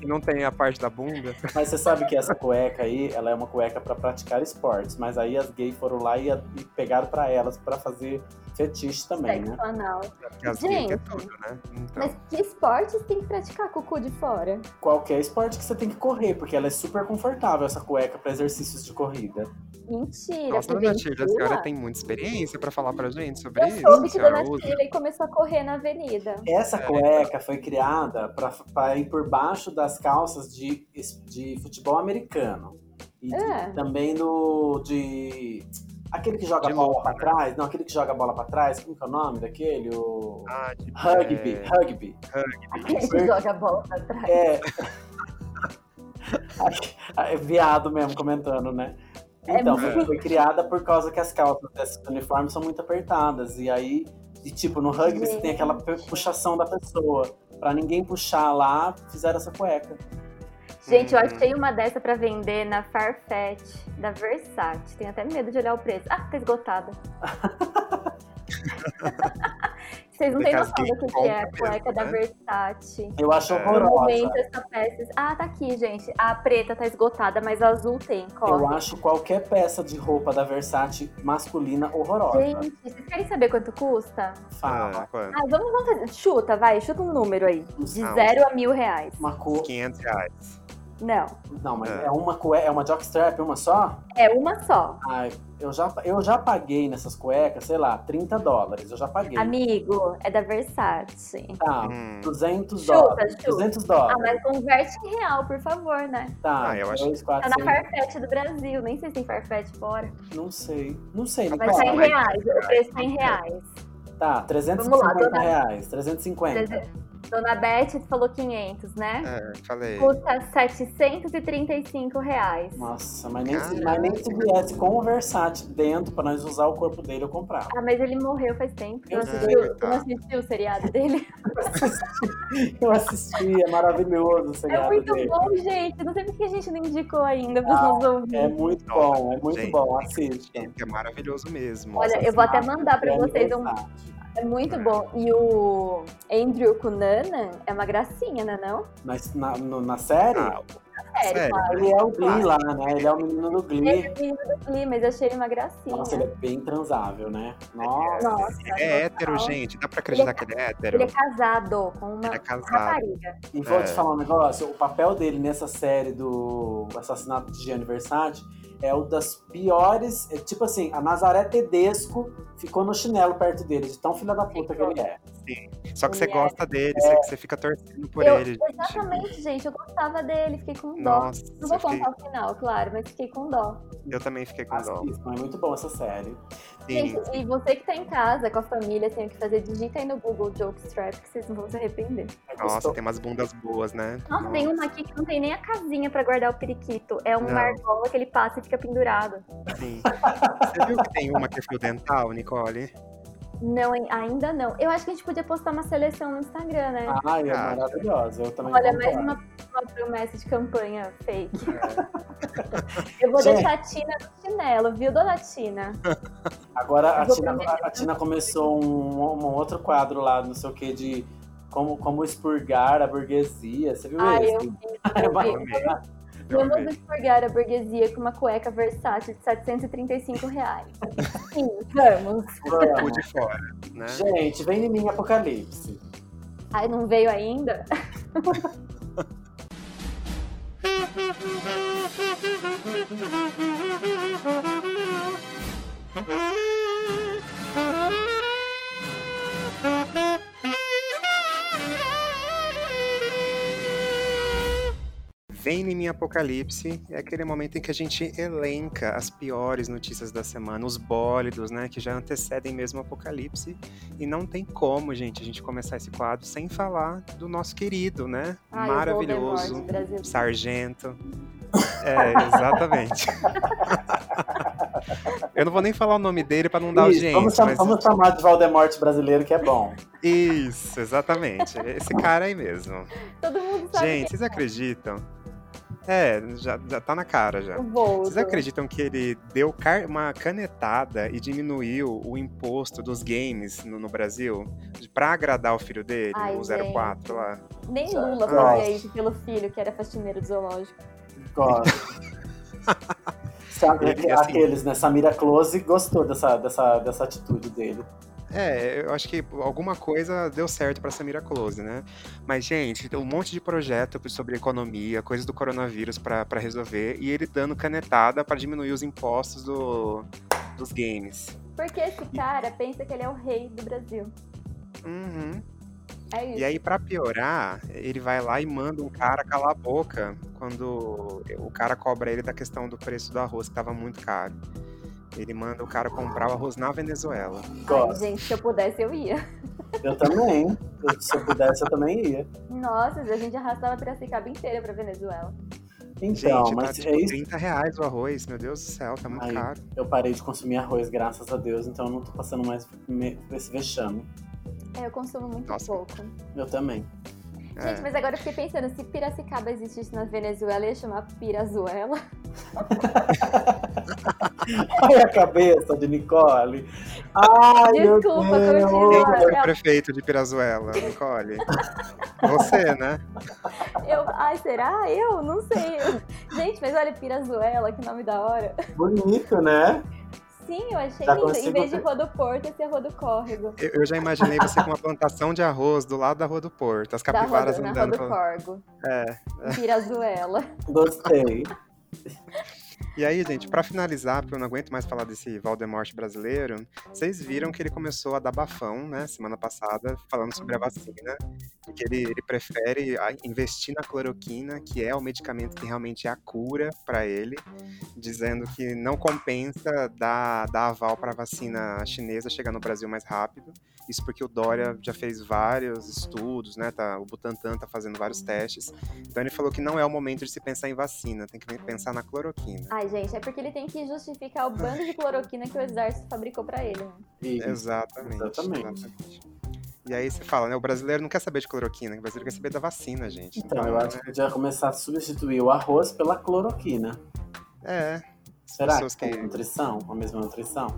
D: E não tem a parte da bunda.
B: Mas você sabe que essa cueca aí, ela é uma cueca pra praticar esportes. Mas aí as gays foram lá e, e pegaram pra elas pra fazer fetiche também, né?
C: Sexo anal.
D: Porque as gays é
C: Gente.
D: tudo, né? Então,
C: Mas que esportes tem que praticar com o cu de fora?
B: Qualquer esporte que você tem que correr, porque ela é super confortável, essa cueca, pra exercícios de corrida.
C: Mentira.
D: nossa,
C: que
D: dona Tilha, a senhora
C: aventura.
D: tem muita experiência pra falar pra gente sobre
C: Eu
D: isso?
C: soube que
D: A senhora
C: Dona
D: usa?
C: Tilly começou a correr na avenida.
D: É.
B: Essa cueca foi criada pra- pra ir por baixo das calças de, de futebol americano. E de-
C: É.
B: também no. de. Aquele que joga
D: De
B: bola
D: luta,
B: pra
D: né?
B: trás. Não, aquele que joga bola pra trás. Como que é o nome daquele? O...
D: Ah, de-
B: Rugby,
D: é,
B: rugby.
C: Aquele que joga bola pra trás.
B: É. é viado mesmo comentando, né?
C: É
B: Então,
C: muito-
B: foi criada por causa que as calças desses uniformes são muito apertadas. E aí, e tipo, no rugby você tem aquela pe- puxação da pessoa. Pra ninguém puxar lá, fizeram essa cueca.
C: Gente,
D: Uhum.
C: eu achei uma dessa pra vender na Farfetch, da Versace. Tenho até medo de olhar o preço. Ah, tá esgotada. Vocês não têm
D: Porque as
C: noção do
D: gays
C: que, que é a
D: compram mesmo,
C: cueca da
D: né?
C: Versace.
B: Eu acho
D: É.
C: No
B: horrorosa.
C: momento, essa peça. Ah, tá aqui, gente. A preta tá esgotada, mas a azul tem,
B: Eu
C: corre.
B: acho qualquer peça de roupa da Versace masculina horrorosa.
C: Gente, vocês querem saber quanto custa?
B: Fala.
D: Ah, quanto?
C: Ah, vamos, vamos fazer. Chuta, vai, chuta um número aí. De
D: Ah,
C: zero a mil reais.
B: Uma cor.
D: 500 reais.
C: Não,
B: Não, mas
D: É.
B: é, uma cue... é uma jockstrap, uma só?
C: é uma só.
B: Ai, eu já, eu já paguei nessas cuecas, sei lá, 30 dólares. Eu já paguei.
C: Amigo, é da Versace.
B: Tá,
D: Hum.
B: 200
C: Chuta,
B: dólares.
C: chuta.
B: 200
C: Ah,
B: dólares.
C: mas converte em real, por favor, né?
B: Tá,
D: Ah, eu acho-
B: dois,
C: Tá
B: quatro,
C: na
B: seis,
C: Farfetch do Brasil, nem sei se tem Farfetch fora.
B: Não sei. Não sei, não
C: Mas tá em
D: Vai.
C: reais, o preço tá em reais.
B: Tá,
C: Vamos
B: 350
C: lá, dona-
B: reais. 350.
C: Dona Beth falou 500, né?
D: É, falei.
C: Custa 735 reais.
B: Nossa, mas nem, se,
D: Caralho.
B: mas nem se viesse com o Versace dentro pra nós usar o corpo dele, eu comprava.
C: Ah, mas ele morreu faz tempo. Você não
B: Eu sei,
C: assistiu, você
D: coitado.
C: não assistiu o seriado dele?
B: Eu assisti, é maravilhoso o
C: É
B: seriado
C: muito
B: dele.
C: bom, gente. Não sei porque a gente não indicou ainda pros
B: Ah,
C: nossos ouvintes.
B: É muito bom, é muito
D: Gente,
B: bom, assistam.
D: Gente, é maravilhoso mesmo.
C: Olha, eu vou até mandar
B: É
C: pra vocês um.
B: Versace.
C: É muito bom. E o Andrew Cunanan é uma gracinha, né? Não?
B: Mas na, no- na série,
D: Ah,
C: Sério,
D: sério,
C: claro.
B: ele é o Glee lá, né? Ele é o menino do
C: Ele
B: Glee.
C: é assim, menino do Glee, mas eu achei ele uma gracinha.
B: Nossa, ele é bem transável, né? Nossa.
C: Nossa.
D: é hétero, gente. Dá pra acreditar que ele é hétero?
C: Ele é casado com uma
D: Ele é casado.
C: rapariga.
B: E vou te
D: É.
B: falar um negócio, o papel dele nessa série do Assassinato de Gianni Versace é um das piores, é tipo assim, a Nazaré Tedesco ficou no chinelo perto dele, de tão filha da puta que ele é.
D: Só que você
C: Ele é.
D: gosta dele, você, você fica torcendo por
C: Eu-
D: ele. gente.
C: Exatamente, gente. Eu gostava dele, fiquei com dó.
D: Nossa,
C: Não vou
D: eu, fiquei-
C: contar o final, claro, mas fiquei com dó.
D: eu também fiquei com dó.
B: Assistam, é muito bom essa série.
D: Sim,
C: Gente, e você que tá em casa com a família, tem o que fazer, digita aí no Google Jokestrap que vocês não vão se arrepender.
B: É
D: nossa,
B: gostoso.
D: tem umas bundas boas, né?
C: Nossa, tem uma aqui que não tem nem a casinha pra guardar o periquito. É uma
D: Não.
C: argola que ele passa e fica pendurado.
D: Sim. Você viu que tem uma que é fio dental, Nicole?
C: Não, hein, ainda não. Eu acho que a gente podia postar uma seleção no Instagram, né?
B: Ai, é
D: Ah.
B: maravilhosa, eu também
C: Olha, mais
B: concordo.
C: uma, uma promessa de campanha fake.
D: É,
C: Eu vou
B: Gente.
C: deixar a Tina no chinelo, viu, dona Tina?
B: Agora
C: Eu
B: a
C: vou
B: Tina,
C: prometer
B: a Tina começou um, um outro quadro lá, não sei o que, de como, como expurgar a burguesia, você viu
C: Ai, eu
B: esse?
C: vi.
B: É
C: Eu vi.
D: Eu amei. Eu amei.
C: Vamos expurgar a burguesia com uma cueca versátil de 735 reais. Sim, vamos.
D: Cu
B: Vamos.
D: de fora, né?
B: Gente, vem em mim, Apocalipse.
C: Ai, não veio ainda?
D: Vem em mim Apocalipse é aquele momento em que a gente elenca as piores notícias da semana, os bólidos, né, que já antecedem mesmo o Apocalipse. E não tem como, gente, a gente começar esse quadro sem falar do nosso querido, né,
C: Ai, o
D: maravilhoso,
C: Voldemort brasileiro.
D: Sargento. É, exatamente. Eu não vou nem falar o nome dele pra não dar
B: Isso,
D: audiência,
B: vamos, chamar,
D: mas
B: vamos chamar de Valdemorte brasileiro, que é bom.
D: isso, exatamente. Esse cara aí mesmo.
C: Todo mundo sabe
D: Gente, vocês acreditam? É, já, já tá na cara já.
C: que é o voo.
D: Vocês acreditam que ele deu car- uma canetada e diminuiu o imposto dos games no, no Brasil pra agradar o filho dele,
C: Ai,
D: o 04 lá?
C: Nem Lula
B: Nossa.
C: fazia isso pelo filho, que era faxineiro do zoológico.
B: Gosto. Sabe,
D: E, assim-
B: aqueles, né? Samira Close gostou dessa, dessa, dessa atitude dele.
D: É, eu acho que alguma coisa deu certo pra Samira Close, né? Mas, gente, tem um monte de projeto sobre economia, coisas do coronavírus pra pra resolver, e ele dando canetada pra diminuir os impostos do- dos games.
C: Porque esse cara pensa que ele é o rei do Brasil.
D: Uhum.
C: É isso.
D: E aí, pra piorar, ele vai lá e manda um cara calar a boca quando o cara cobra ele da questão do preço do arroz, que tava muito caro. Ele manda o cara comprar o arroz na Venezuela.
C: Ai,
B: Gosto.
C: gente, se eu pudesse, eu ia.
B: eu também. Eu- se eu pudesse, eu também ia.
C: Nossa, a gente arrastava a Piracicaba inteira pra Venezuela.
B: Então,
D: Gente, tá
B: mas
D: tipo
B: é isso.
D: 30 reais o arroz, meu Deus do céu, tá muito
B: Ai.
D: caro.
B: Eu parei de consumir arroz, graças a Deus, então eu não tô passando mais me- por esse vexame.
C: É, eu consumo muito
D: Nossa.
C: pouco.
B: Eu também.
D: É.
C: Gente, mas agora eu fiquei pensando, se Piracicaba existisse na Venezuela, ia chamar Pirazuela.
B: Olha a cabeça de Nicole. Ai, meu
C: Desculpa,
B: Deus.
C: continua.
D: Quem foi
C: é-
D: o prefeito de Pirazuela, Nicole? Você, né?
C: Eu, ai, será? Eu? Não sei. Gente, mas olha, Pirazuela, que nome da hora.
B: Bonito, né?
C: Sim, eu achei
B: Já
C: lindo. Em
B: consigo
C: vez de
B: ver.
C: Rua do Porto, esse é Rua do Córrego.
D: Eu, eu já imaginei você com uma plantação de arroz do lado da Rua do Porto, as capivaras
C: da Rua do,
D: andando.
C: na Rua do
D: falando-
C: Corgo.
D: É.
C: em Pirazuela.
B: Gostei.
D: E aí, gente, pra finalizar, porque eu não aguento mais falar desse Voldemort brasileiro, vocês viram que ele começou a dar bafão, né, semana passada, falando sobre a vacina, e que ele, ele prefere a- investir na cloroquina, que é o medicamento que realmente é a cura pra ele, dizendo que não compensa dar, dar aval pra vacina chinesa chegar no Brasil mais rápido. Isso porque o Dória já fez vários estudos, né? Tá, o Butantan tá fazendo vários testes. Então ele falou que não é o momento de se pensar em vacina, tem que pensar na cloroquina.
C: Ai, gente, é porque ele tem que justificar o bando de cloroquina que o exército fabricou pra ele. né?
D: Exatamente,
B: Exatamente.
D: exatamente. E aí você fala, né? O brasileiro não quer saber de cloroquina, o brasileiro quer saber da vacina, gente.
B: Então, eu acho que podia começar a substituir o arroz pela cloroquina.
D: É. As
B: Será
D: pessoas
B: que tem nutrição? A mesma nutrição?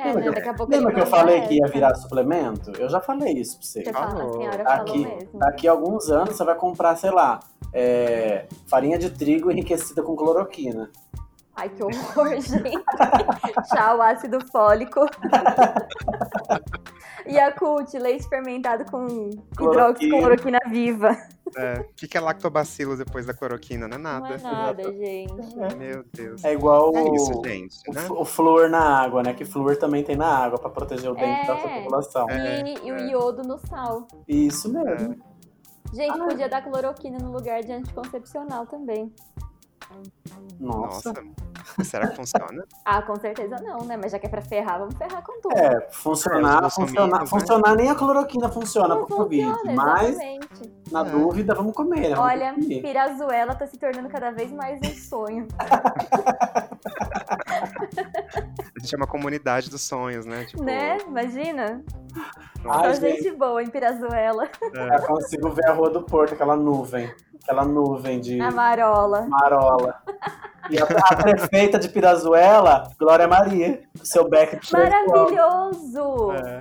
C: É,
B: Lembra
C: né?
B: que eu-
C: Daqui a pouco
B: Lembra
C: ele
B: que eu
C: manda
B: falei
C: essa.
B: que ia virar suplemento? Eu é. já falei isso pra você.
C: Você fala, a
D: Falou.
C: senhora
B: Aqui.
C: falou mesmo.
B: Daqui a alguns anos você vai comprar, sei lá, é, farinha de trigo enriquecida com cloroquina.
C: Ai, que horror, gente. Tchau, ácido fólico. Yakult, leite fermentado com hidroxicloroquina viva.
D: É, o que que é lactobacilo depois da cloroquina? Não é nada.
C: Não é nada, né? gente.
D: Meu Deus.
B: É igual
D: É
B: o,
D: isso, gente,
B: o
D: né?
B: flu- o flúor na água, né? Que flúor também tem na água pra proteger o dente
C: É.
B: da sua população.
D: É,
C: E, e o
D: é.
C: iodo no sal.
B: Isso mesmo.
C: Gente, podia dar cloroquina no lugar de anticoncepcional também.
B: Nossa.
D: Nossa. Será que funciona?
C: Ah, com certeza não, né? Mas já que é pra ferrar, vamos ferrar com tudo.
B: É, funcionar,
D: É, os
B: funcionar,
D: bolsominions, né?
B: funcionar nem a cloroquina funciona
C: não
B: pro é Covid,
C: funciona,
B: mas
C: exatamente.
B: na
D: É.
B: dúvida vamos comer. né? Vamos
C: Olha,
B: comer.
C: Pirazuela tá se tornando cada vez mais um sonho.
D: A gente é uma comunidade dos sonhos, né? Tipo,
C: Né? Imagina.
D: nossa, É.
B: Ai,
C: Só gente boa em Pirazuela.
B: Eu consigo ver a Rua do Porto, aquela nuvem. Aquela nuvem de
C: A Marola.
B: marola. E a, a prefeita de Pirazuela, Glória Maria. com Seu back de três pontos.
C: Maravilhoso!
D: É.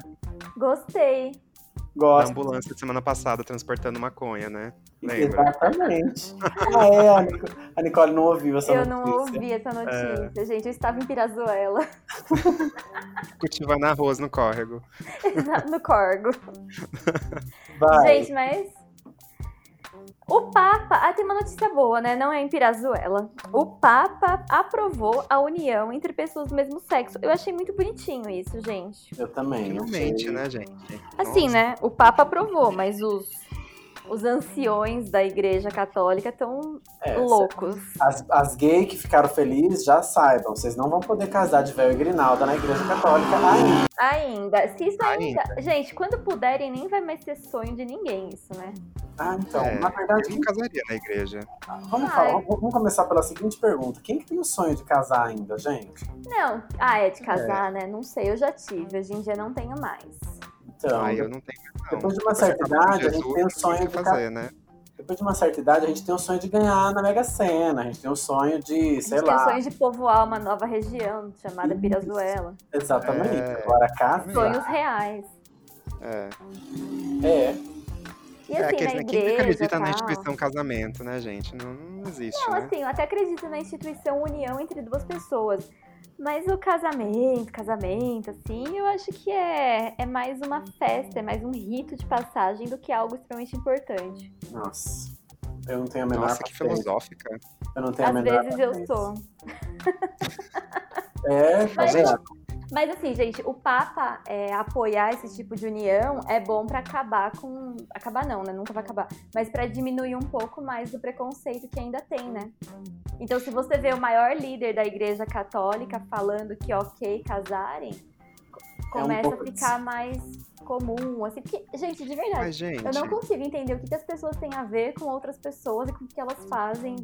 C: Gostei.
D: a
B: Gosto.
D: ambulância de semana passada transportando maconha, né? Lembra?
B: Exatamente. Ah, é, a Nico- a Nicole não ouviu essa
C: eu
B: notícia. É.
C: não ouvi essa notícia, gente. Eu estava em Pirazuela,
D: Cultivando arroz no córrego.
C: no Corgo.
B: Vai.
C: Gente, mas. O Papa. Ah, tem uma notícia boa, né? Não é em Pirazuela. O Papa aprovou a união entre pessoas do mesmo sexo. Eu achei muito bonitinho isso, gente.
B: Eu também. não
D: Finalmente,
B: sei.
D: né, gente?
C: Assim,
D: Nossa.
C: né? O Papa aprovou, mas os. Os anciões da Igreja Católica estão
B: É,
C: loucos.
B: As, as gays que ficaram felizes, já saibam. Vocês não vão poder casar de véu e grinalda na Igreja Católica ainda.
C: Ainda. Se isso ainda. Gente, quando puderem, nem vai mais ser sonho de ninguém isso, né?
B: Ah, então,
D: É.
B: na
D: Eu
B: verdade,
D: não casaria na igreja.
B: vamos,
C: Ai.
B: falar- vamos começar pela seguinte pergunta. Quem que tem o sonho de casar ainda, gente?
C: Não. Ah, é de casar, né? Não sei, eu já tive. Hoje em dia não tenho mais.
B: Então,
D: Aí eu não tenho mais, não.
B: Depois de uma
D: que
B: certa
D: acaba com
B: idade, a gente
D: Jesus,
B: tem o
D: não
B: sonho
D: o
B: de
D: que fazer, né?
B: depois de uma certa idade, a gente tem o sonho de ganhar na Mega Sena. A gente tem o sonho de,
C: A
B: sei
C: gente tem o
B: lá.
C: sonho de povoar uma nova região chamada
B: Isso.
C: Pirazuela.
B: Exatamente.
D: É.
B: Agora casa.
C: Sonhos reais.
D: É,
B: É.
C: E
D: é
C: assim,
D: aquele
C: na
D: né, quem que
C: igreja.
D: acredita na
C: Tal.
D: instituição casamento, né, gente? Não, não existe,
C: Não,
D: né?
C: assim, eu até acredito na instituição união entre duas pessoas. Mas o casamento, casamento, assim, eu acho que é, é mais uma festa, é mais um rito de passagem do que algo extremamente importante.
B: Nossa. Eu não tenho a menor
D: Nossa, que
B: paciência.
D: filosófica.
C: É,
B: Eu
D: É,
B: não tenho a
C: Às
B: menor
C: vezes eu
B: paciência.
C: sou.
B: É, tá
C: Mas-
B: vendo?
C: Mas assim, gente, o Papa é, apoiar esse tipo de união é bom pra acabar com. Acabar não, né? Nunca vai acabar. Mas pra diminuir um pouco mais do preconceito que ainda tem, né? Então, se você vê o maior líder da Igreja Católica falando que ok casarem,
B: É um
C: começa a
B: pouco
C: ficar mais comum, assim. Porque, gente, de verdade,
D: Mas, gente,
C: eu não consigo entender o que, que as pessoas têm a ver com outras pessoas e com o que elas fazem.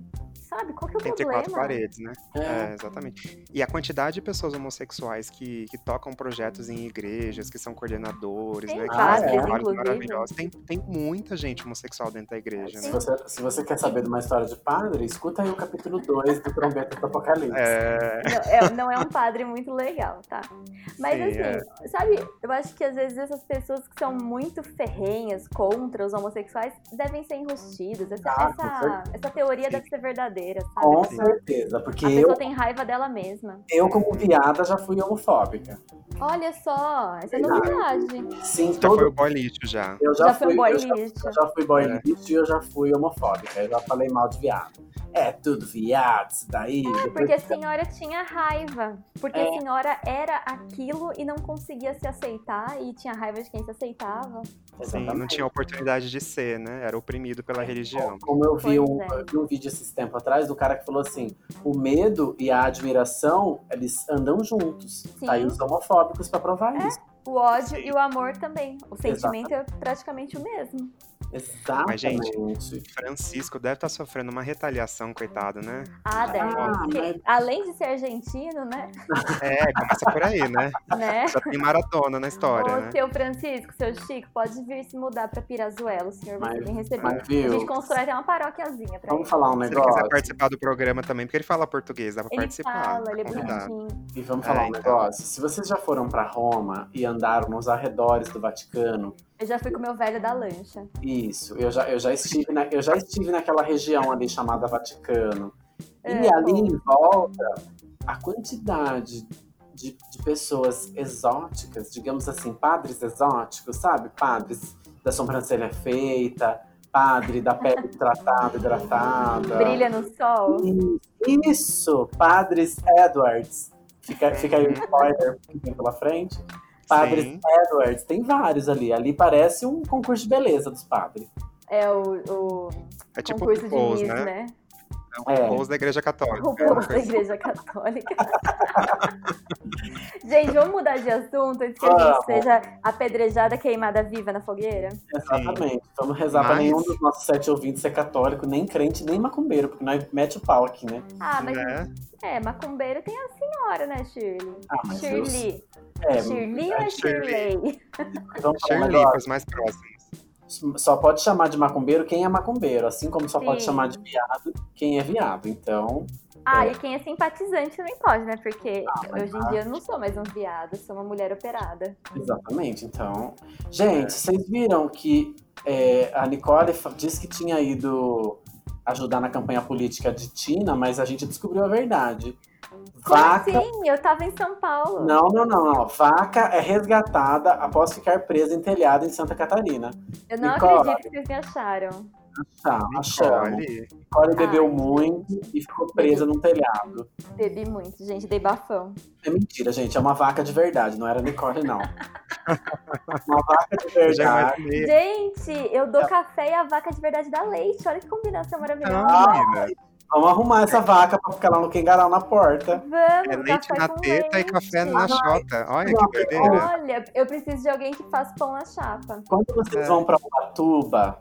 C: Sabe? Qual que é o
D: entre quatro
C: problema?
D: paredes, né?
B: É.
D: É, exatamente. E a quantidade de pessoas homossexuais que, que tocam projetos em igrejas, que são coordenadores,
C: Tem
D: né? Que
B: várias,
D: fazem trabalhos
C: inclusive.
D: maravilhosos. Tem, tem muita gente homossexual dentro da igreja,
B: Se
D: né?
B: você, se você quer saber de uma história de padre, escuta aí o capítulo 2 do Trombeta do Apocalipse.
D: É,
C: Não é, não é um padre muito legal, tá? Mas
D: Sim,
C: assim,
B: é.
C: sabe, eu acho que às vezes essas pessoas que são muito ferrenhas contra os homossexuais devem ser enrustidas. Essa,
B: Ah, com
C: essa, essa teoria deve ser brincadeira, sabe?
B: Com
C: A pessoa-
B: certeza, porque
C: a pessoa
B: eu,
C: tem raiva dela mesma.
B: eu, como piada, já fui homofóbica.
C: Olha só, essa é
B: Verdade.
C: novidade.
B: Sim,
D: Já foi
B: todo
D: o boy lixo já.
B: eu já,
C: Já foi
B: fui,
C: um boy
B: eu já,
C: lixo.
B: eu já fui boy
D: É.
B: lixo e eu já fui homofóbica. Eu já falei mal de viado. É tudo viado, isso daí.
C: É,
B: depois-
C: porque a senhora tinha raiva. Porque
B: É.
C: a senhora era aquilo e não conseguia se aceitar e tinha raiva de quem se aceitava.
D: Sim, não tinha oportunidade de ser, né? Era oprimido pela religião.
B: Como eu vi,
C: Pois
B: um,
C: é.
B: eu vi um vídeo esses tempos atrás do cara que falou assim: o medo e a admiração, eles andam juntos.
C: Sim. É,
B: Tá aí os homofóbicos pra provar isso.
C: O ódio
D: Sim.
C: e o amor também. O sentimento é praticamente o mesmo.
B: Exatamente.
D: Mas, gente, é. Francisco deve estar sofrendo uma retaliação, coitado, né?
C: Ah, deve.
B: Ah,
C: Porque,
B: mas-
C: Além de ser argentino, né?
D: É, começa por aí, né?
C: né?
D: Já tem maratona na história,
C: Ô,
D: né?
C: seu Francisco, seu Chico, pode vir se mudar pra Pirazuela. O senhor vai ser
B: Mas-
C: bem recebido.
B: mas
C: A gente
B: viu?
C: constrói até uma paroquiazinha pra ele.
B: Vamos falar um
D: Se ele quiser
B: negócio.
D: participar do programa também, porque ele fala português, dá pra
C: Ele
D: participar.
C: fala, ele é
D: convidado.
C: bonitinho.
B: E vamos
D: É,
B: falar um
D: então.
B: negócio. Se vocês já foram pra Roma e andaram nos arredores do Vaticano,
C: Eu já fui com o meu velho da lancha.
B: isso, eu já, eu já, estive, na- eu já estive naquela região ali chamada Vaticano. e
C: É,
B: ali
C: pô.
B: em volta, a quantidade de, de pessoas exóticas, digamos assim, padres exóticos, sabe? Padres da sobrancelha feita, padre da pele tratada, hidratada.
C: Brilha no sol.
B: Isso, Padres Edwards. Fica, fica aí o spoiler que vem pela frente. Padres
D: Sim. é
B: Edwards, tem vários ali. Ali parece um concurso de beleza dos padres.
C: É o, o
D: É tipo
C: concurso
D: o
C: de
D: Pose,
C: Miss,
D: né?
C: né?
D: É
B: É.
D: o Pose da Igreja Católica. é
C: O povo da Igreja Católica. Gente, vamos mudar de assunto antes que a
B: Vamos.
C: gente seja apedrejada, queimada viva na fogueira?
B: Exatamente. Vamos rezar pra
D: Mas-
B: nenhum dos nossos sete ouvintes ser católico, nem crente, nem macumbeiro, porque nós mete o pau aqui, né?
C: Ah, mas
D: né?
C: é, macumbeira tem a senhora, né, Shirley?
B: Ah, mas eu-
C: Shirley.
B: é,
C: Shirley ou é
D: Shirley.
C: Shirley?
B: vamos falar um
D: Shirley,
B: negócio.
D: os mais próximos.
B: Só pode chamar de macumbeiro quem é macumbeiro, assim como só pode
C: Sim.
B: chamar de viado quem é viado. Então,
C: Ah,
B: É.
C: e quem é simpatizante também pode, né? Porque hoje em dia eu não sou mais um viado, sou uma mulher operada.
B: Exatamente, então.
C: É.
B: Gente, vocês viram que é, a Nicole fa- disse que tinha ido ajudar na campanha política de Tina, mas a gente descobriu a verdade.
C: Como
B: Vaca.
C: assim? Eu tava em São Paulo.
B: Não, não, não, não. Vaca é resgatada após ficar presa em telhado em Santa Catarina.
C: eu não
B: Nicola.
C: acredito que vocês me acharam.
B: Tá, achamos.
D: Olha,
B: Nicole bebeu
C: Ai,
B: muito e ficou presa num telhado.
C: Bebi muito, gente, dei bafão.
B: É mentira, gente. É uma vaca de verdade, não era Nicole, não. uma vaca de
D: eu já
B: verdade.
D: imaginei.
C: Gente, eu dou café e a vaca é de verdade dá leite. Olha que combinação maravilhosa.
D: Não, menina.
B: Vamos arrumar essa vaca pra ficar lá no quengaral na porta.
C: Vamos,
D: É leite
C: café
D: na
C: com
D: teta e
C: leite.
D: café na chota. Olha que
B: Não,
D: doideira.
C: Olha, eu preciso de alguém que faça pão na chapa.
B: Quando vocês
D: É.
B: vão pra Ubatuba,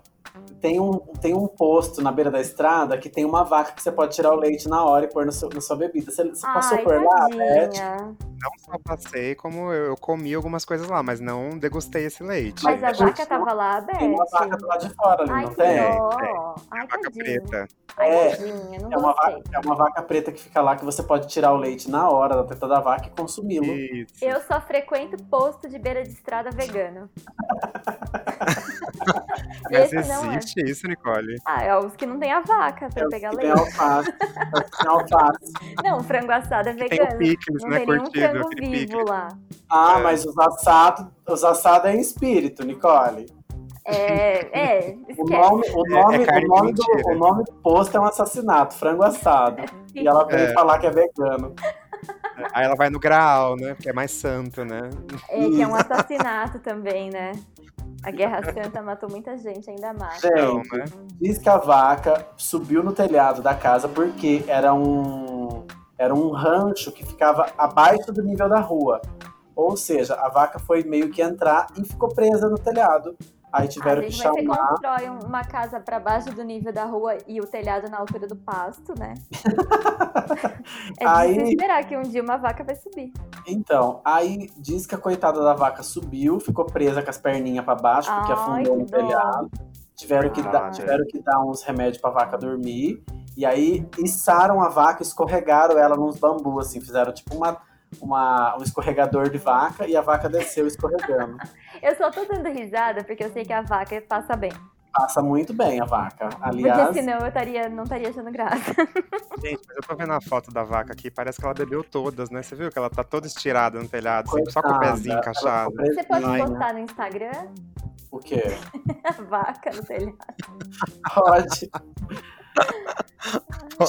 B: tem um, tem um posto na beira da estrada que tem uma vaca que você pode tirar o leite na hora e pôr no seu, na sua bebida. Você, você passou
C: Ai,
B: por lá, né? Tipo, Beth?
C: tadinha.
D: Não só passei, como eu, eu comi algumas coisas lá, mas não degustei esse leite.
C: Mas a
B: Gente,
C: vaca tava lá, Beth.
B: é Tem uma vaca do lado de fora ali,
C: Ai,
B: não
C: que
B: tem?
D: Tem,
C: dó. Ai,
D: Vaca
C: tadinha.
D: preta.
C: Ai,
B: É.
C: tadinha, não
B: É uma,
C: gostei.
B: vaca, é uma vaca preta que fica lá que você pode tirar o leite na hora da teta da vaca e consumi-lo.
D: Isso.
C: Eu só frequento posto de beira de estrada vegano. E
D: Mas
C: Esse não é.
D: existe isso, Nicole.
C: Ah, é os que não tem a vaca pra
B: É o
C: pegar
B: que
C: leite.
B: tem alface. é o que tem alface.
C: Não, o frango assado é
D: Tem o
C: vegano.
D: picles,
C: Não
D: né?
C: tem nenhum
D: Curtido,
C: frango
D: aquele
C: vivo
D: picles.
C: lá.
B: Ah,
D: É.
B: mas os assados os assado é em espírito, Nicole.
C: É, é,
B: O
C: esquece.
B: nome, o, nome,
D: é carne
B: o, nome do,
D: de mentira.
B: o nome do posto é um assassinato, frango assado. E ela veio
D: É.
B: falar que é vegano.
D: Aí ela vai no graal, né? Porque é mais santo, né?
C: É, que é um assassinato também, né? A Guerra Santa matou muita gente, ainda mais.
B: Gente,
D: Então, né?
B: diz que a vaca subiu no telhado da casa porque era um, era um rancho que ficava abaixo do nível da rua. Ou seja, a vaca foi meio que entrar e ficou presa no telhado. Aí
C: Ah,
B: tiveram que
C: gente, mas você
B: chamar.
C: constrói um- uma casa pra baixo do nível da rua e o telhado na altura do pasto, né? é
B: Aí-
C: de se esperar que um dia uma vaca vai subir.
B: Então, aí diz que a coitada da vaca subiu, ficou presa com as perninhas pra baixo porque
C: Ai,
B: afundou
C: que
B: no
C: dó.
B: telhado. Tiveram que, dar,
D: Verdade.
B: tiveram que dar uns remédios pra vaca dormir. E aí içaram a vaca, escorregaram ela nos bambus, assim, fizeram tipo uma, uma- um escorregador de vaca e a vaca desceu escorregando.
C: Eu só tô dando risada porque eu sei que a vaca passa bem.
B: Passa muito bem a vaca.
C: Porque
B: Aliás,
C: senão eu estaria, não estaria achando graça.
D: Gente, mas eu tô vendo a foto da vaca aqui, parece que ela bebeu todas, né? Você viu que ela tá toda estirada no telhado, assim, só com o
B: coitada,
D: pezinho
B: ela tá ficou
D: encaixado.
B: presa-
C: Você pode
B: Ai, né?
C: postar no Instagram
B: O quê?
C: a vaca no telhado.
B: Pode.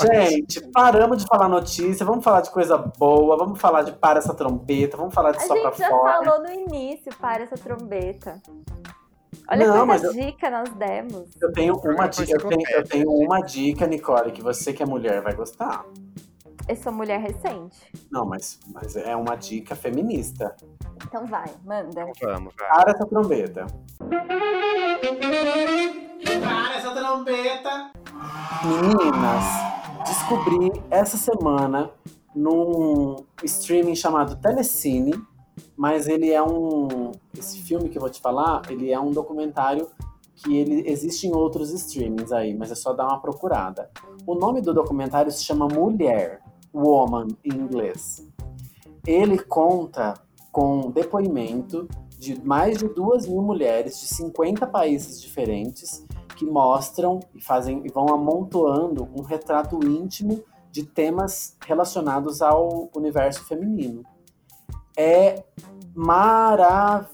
B: Gente, paramos de falar notícia, vamos falar de coisa boa, vamos falar de para essa trombeta, vamos falar de
C: A
B: É só pra
C: gente já
B: fora.
C: falou no início, para essa trombeta. Olha
B: Não, mas
C: quanta
B: eu-
C: dica nós demos.
B: Eu tenho uma
D: Programa
B: dica, eu tenho, eu
D: enciclopédia,
B: tenho uma dica, Nicole, que você que é mulher vai gostar.
C: Eu sou mulher recente.
B: Não, mas, mas é uma dica feminista.
C: Então vai, manda.
D: Então Vamos, vai.
B: Para essa trombeta. Para essa trombeta. Meninas, descobri essa semana num streaming chamado Telecine, mas ele é um. Esse filme que eu vou te falar, ele é um documentário que ele existe em outros streamings aí, mas é só dar uma procurada. O nome do documentário se chama Mulher, Woman em inglês. Ele conta com depoimento de mais de duas mil mulheres de 50 países diferentes que mostram e fazem e vão amontoando um retrato íntimo de temas relacionados ao universo feminino. É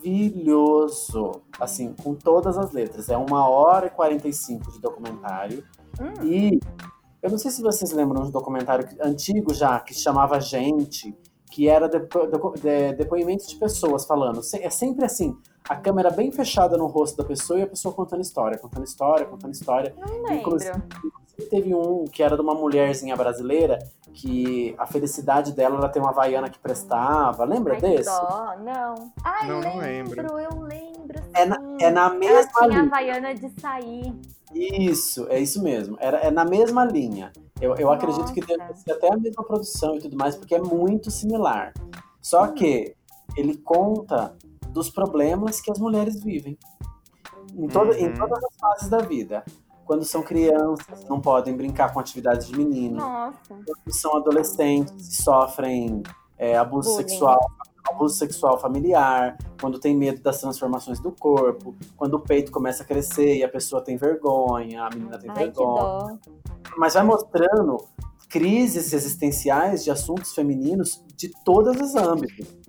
B: maravilhoso, assim, com todas as letras. É uma hora e 45 de documentário.
C: Hum.
B: E eu não sei se vocês lembram de um documentário que- antigo já, que se chamava Gente, que era depo- deco- de- depoimentos de pessoas falando. Se- É sempre assim, a câmera bem fechada no rosto da pessoa e a pessoa contando história, contando história, contando história.
C: Não
B: E
C: lembro.
B: como Inclusive, Teve um que era de uma mulherzinha brasileira que a felicidade dela era ter uma vaiana que prestava. Lembra
C: Ai, que
B: desse?
C: dó. Não. Ai,
D: Não, não
C: lembro, eu lembro.
B: É na-
C: sim.
B: É na
C: Ela
B: mesma
C: tinha a
B: linha.
C: Havaiana de sair.
B: Isso, é isso mesmo. Era, é na mesma linha. Eu, eu acredito que deve
C: Nossa.
B: ser até a mesma produção e tudo mais, porque é muito similar. Só que ele conta dos problemas que as mulheres vivem. Em, toda- em
D: Uhum.
B: todas as fases da vida. Quando são crianças, não podem brincar com atividades de menino.
C: Nossa.
B: que são adolescentes que sofrem é, abuso
C: Bullying.
B: sexual, abuso sexual familiar, quando tem medo das transformações do corpo, quando o peito começa a crescer e a pessoa tem vergonha, a menina tem
C: Ai, que
B: vergonha.
C: dó.
B: Mas vai mostrando crises existenciais de assuntos femininos de todos os âmbitos.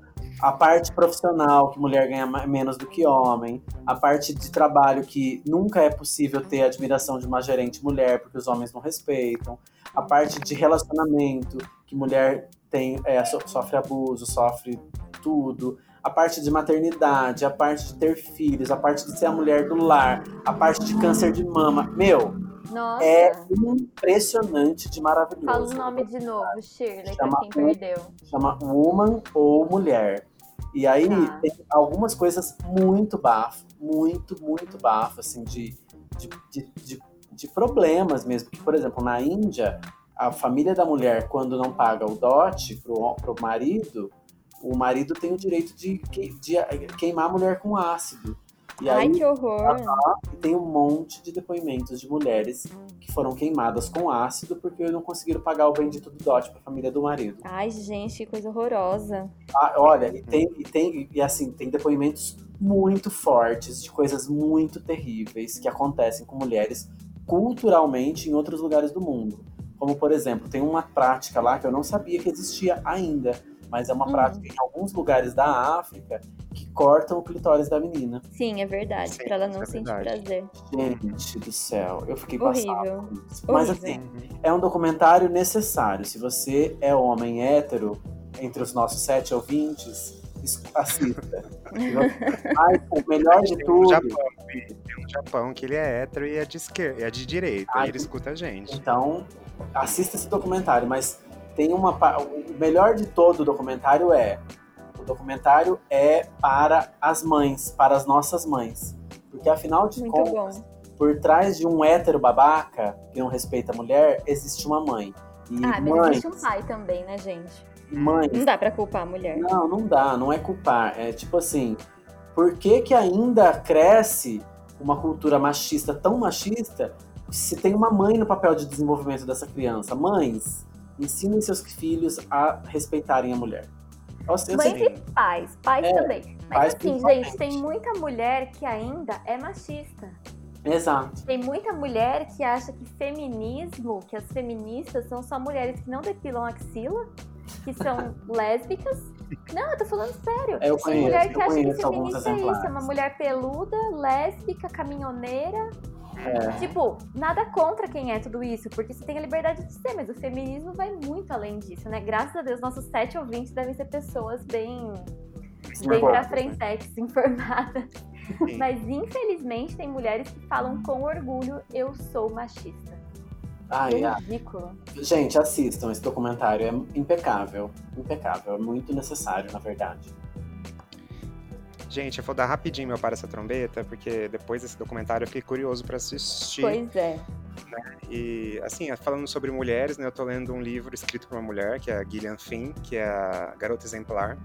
B: A parte profissional, que mulher ganha ma- menos do que homem, a parte de trabalho que nunca é possível ter admiração de uma gerente mulher, porque os homens não respeitam, a parte de relacionamento, que mulher tem é, so- sofre abuso, sofre tudo, a parte de maternidade, a parte de ter filhos, a parte de ser a mulher do lar, a parte de câncer de mama. Meu,
C: Nossa.
B: é impressionante de
C: Fala
B: maravilhoso.
C: o nome de novo, Shirley, pra
B: Chama
C: quem perdeu.
B: Chama Woman ou Mulher. E aí
C: Tá.
B: tem algumas coisas muito bafo, muito, muito bafo, assim, de, de, de, de- de problemas mesmo. Que, por exemplo, na Índia, a família da mulher, quando não paga o dote pro, pro marido, o marido tem o direito de, que- de queimar a mulher com ácido. E
C: Ai,
B: aí
C: que horror.
B: E tem um monte de depoimentos de mulheres que foram queimadas com ácido porque não conseguiram pagar o bendito do dote para a família do marido.
C: Ai, gente, que coisa horrorosa.
B: Ah, olha, e tem, e tem e assim, tem depoimentos muito fortes de coisas muito terríveis que acontecem com mulheres culturalmente em outros lugares do mundo. Como, por exemplo, tem uma prática lá que eu não sabia que existia ainda, mas é uma
C: Hum.
B: prática em alguns lugares da África que cortam o clitóris da menina.
C: Sim, é verdade.
D: Sim,
C: pra ela não
D: é
C: sentir
D: verdade.
C: prazer.
B: Gente do céu, eu fiquei passada.
C: Horrível.
B: com isso. Mas
C: Horrível.
B: assim, é um documentário necessário. Se você é homem hétero, entre os nossos sete ouvintes, es- assista. Mas o é melhor de
D: Tem um no
B: tudo.
D: Japão, tem um no Japão que ele é hétero e é de esquerda, é de direita,
B: Ai,
D: e ele escuta a gente.
B: Então, assista esse documentário, mas tem uma. pa- O melhor de todo o documentário é. O documentário é para as mães, para as nossas mães. Porque afinal de
C: Muito
B: contas,
C: bom.
B: por trás de um hétero babaca que não respeita a mulher, existe uma mãe. E
C: Ah, mas
B: mãe,
C: existe um pai também, né, gente?
B: mãe,
C: Não dá pra culpar a mulher.
B: Não, não dá, não é culpar. É tipo assim, por que, que ainda cresce uma cultura machista tão machista se tem uma mãe no papel de desenvolvimento dessa criança? Mães, ensinem seus filhos a respeitarem a mulher. Eu sei- eu sei
C: Mãe
B: que-
C: e pais, pais
B: assim, É,
C: também. Mas
B: pais
C: assim,
B: principalmente.
C: gente, tem muita mulher que ainda é machista.
B: Exato.
C: Tem muita mulher que acha que feminismo, que as feministas são só mulheres que não depilam axila, que são lésbicas. Não, eu tô falando sério.
B: Eu
C: Tem
B: conheço,
C: mulher
B: eu
C: que acha que
B: conheço alguns
C: feminista é isso, é uma
B: exemplares.
C: mulher peluda, lésbica, caminhoneira.
B: É.
C: Tipo, nada contra quem é tudo isso, porque você tem a liberdade de ser, mas o feminismo vai muito além disso, né? Graças a Deus, nossos sete ouvintes devem ser pessoas bem,
B: É,
C: bem pra
D: Informadas, né?
C: frente, informadas.
D: Sim.
C: Mas infelizmente tem mulheres que falam com orgulho, eu sou machista.
B: Ai, ai.
C: Ridículo.
B: Gente, assistam esse documentário, é impecável. Impecável, é muito necessário, na verdade.
D: Gente, eu vou dar rapidinho meu para essa trombeta, porque depois desse documentário eu fiquei curioso pra assistir.
C: Pois é.
D: E, assim, falando sobre mulheres, né, eu tô lendo um livro escrito por uma mulher, que é a Gillian Finn, que é a Garota Exemplar,